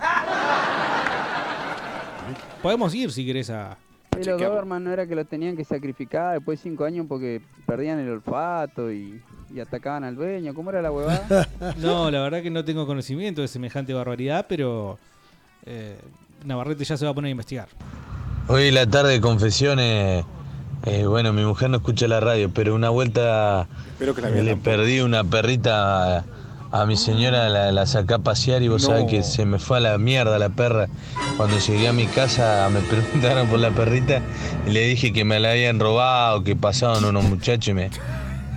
Podemos ir si querés a.
Y los Doberman no era que lo tenían que sacrificar después de cinco años porque perdían el olfato y, y atacaban al dueño. ¿Cómo era la huevada?
No, la verdad que no tengo conocimiento de semejante barbaridad, pero. eh, Navarrete ya se va a poner a investigar.
Hoy la tarde, confesiones. eh, bueno, mi mujer no escucha la radio, pero una vuelta
Espero que la mía
le
tampoco.
perdí una perrita a, a mi señora, la, la saqué a pasear y vos
No.
sabés que se me fue a la mierda la perra. Cuando llegué a mi casa me preguntaron por la perrita y le dije que me la habían robado, que pasaron unos muchachos y me,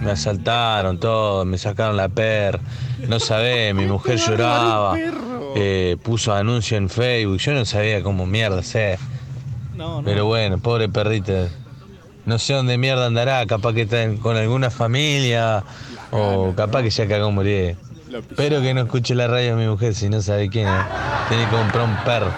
Me asaltaron todo, me sacaron la per. No sabés, mi mujer lloraba. eh, puso anuncio en Facebook. Yo no sabía cómo mierda hacer.
No, no.
Pero bueno, pobre perrita. No sé dónde mierda andará. Capaz que está en- con alguna familia. O capaz que ya cagó morir. Espero que no escuche la radio de mi mujer si no sabe quién es. Tiene que comprar un perro.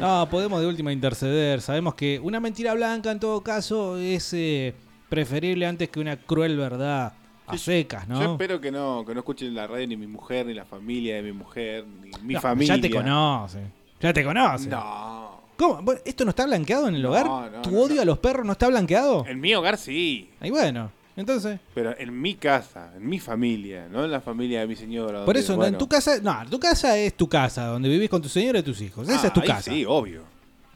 No, Ah, podemos de última interceder. Sabemos que una mentira blanca en todo caso es eh, preferible antes que una cruel verdad a secas, ¿no?
Yo espero que no, que no escuchen la radio ni mi mujer, ni la familia de mi mujer, ni mi
No,
familia. Ah.
Ya te conoce. Ya te conoce.
No.
¿Cómo? Bueno, ¿Esto no está blanqueado en el hogar?
no,
¿Tu
no, Eh,
odio a los perros no está blanqueado?
En mi hogar sí,
Y bueno, entonces.
pero en mi casa, en mi familia, no en la familia de mi señora.
Por
donde,
eso,
eh, bueno,
en tu casa. No, tu casa es tu casa, donde vivís con tu señora y tus hijos. Esa
Ah,
es tu
ahí
casa.
Sí, obvio.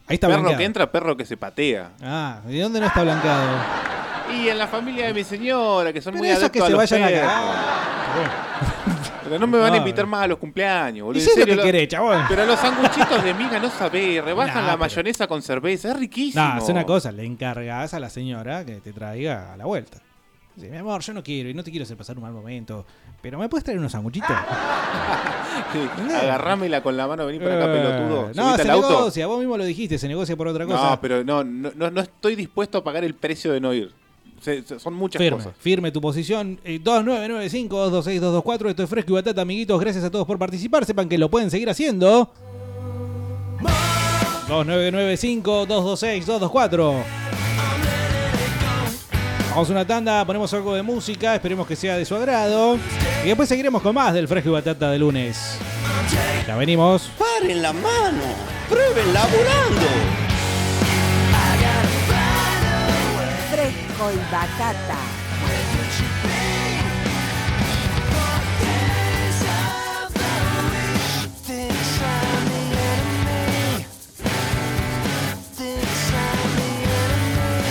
Ahí está
perro
blanqueado.
que entra, perro que se patea.
Ah, ¿y dónde no está blanqueado?
Y en la familia de mi señora, que son
Pero
muy
esos
adeptos
que se
a los
vayan a
perros. Pero no me van
No,
a invitar más a los cumpleaños, boludo.
Y
en
sé lo
serio,
que querés, chabón.
Pero los sanguchitos de miga no sabés, rebajan
Nah,
la
pero-
mayonesa con cerveza, es riquísimo.
No, es una cosa, le encargás a la señora que te traiga a la vuelta. Dice, mi amor, yo no quiero y no te quiero hacer pasar un mal momento, pero ¿me puedes traer unos sanguchitos?
Sí, Agarrámela con la mano, vení para acá,
Eh,
pelotudo.
No,
Subite
se
al auto.
negocia, vos mismo lo dijiste, se negocia por otra cosa.
No, pero no, no, no, no estoy dispuesto a pagar el precio de no ir. Se- se- son muchas
firme,
cosas.
firme tu posición. Eh, 2995-226-224, esto es Fresco y Batata, amiguitos, gracias a todos por participar, sepan que lo pueden seguir haciendo. 2995-226-224. Vamos a una tanda, ponemos algo de música, esperemos que sea de su agrado. Y después seguiremos con más del Fresco y Batata de lunes. Ya venimos.
Paren la mano, prueben laburando.
Fresco y batata.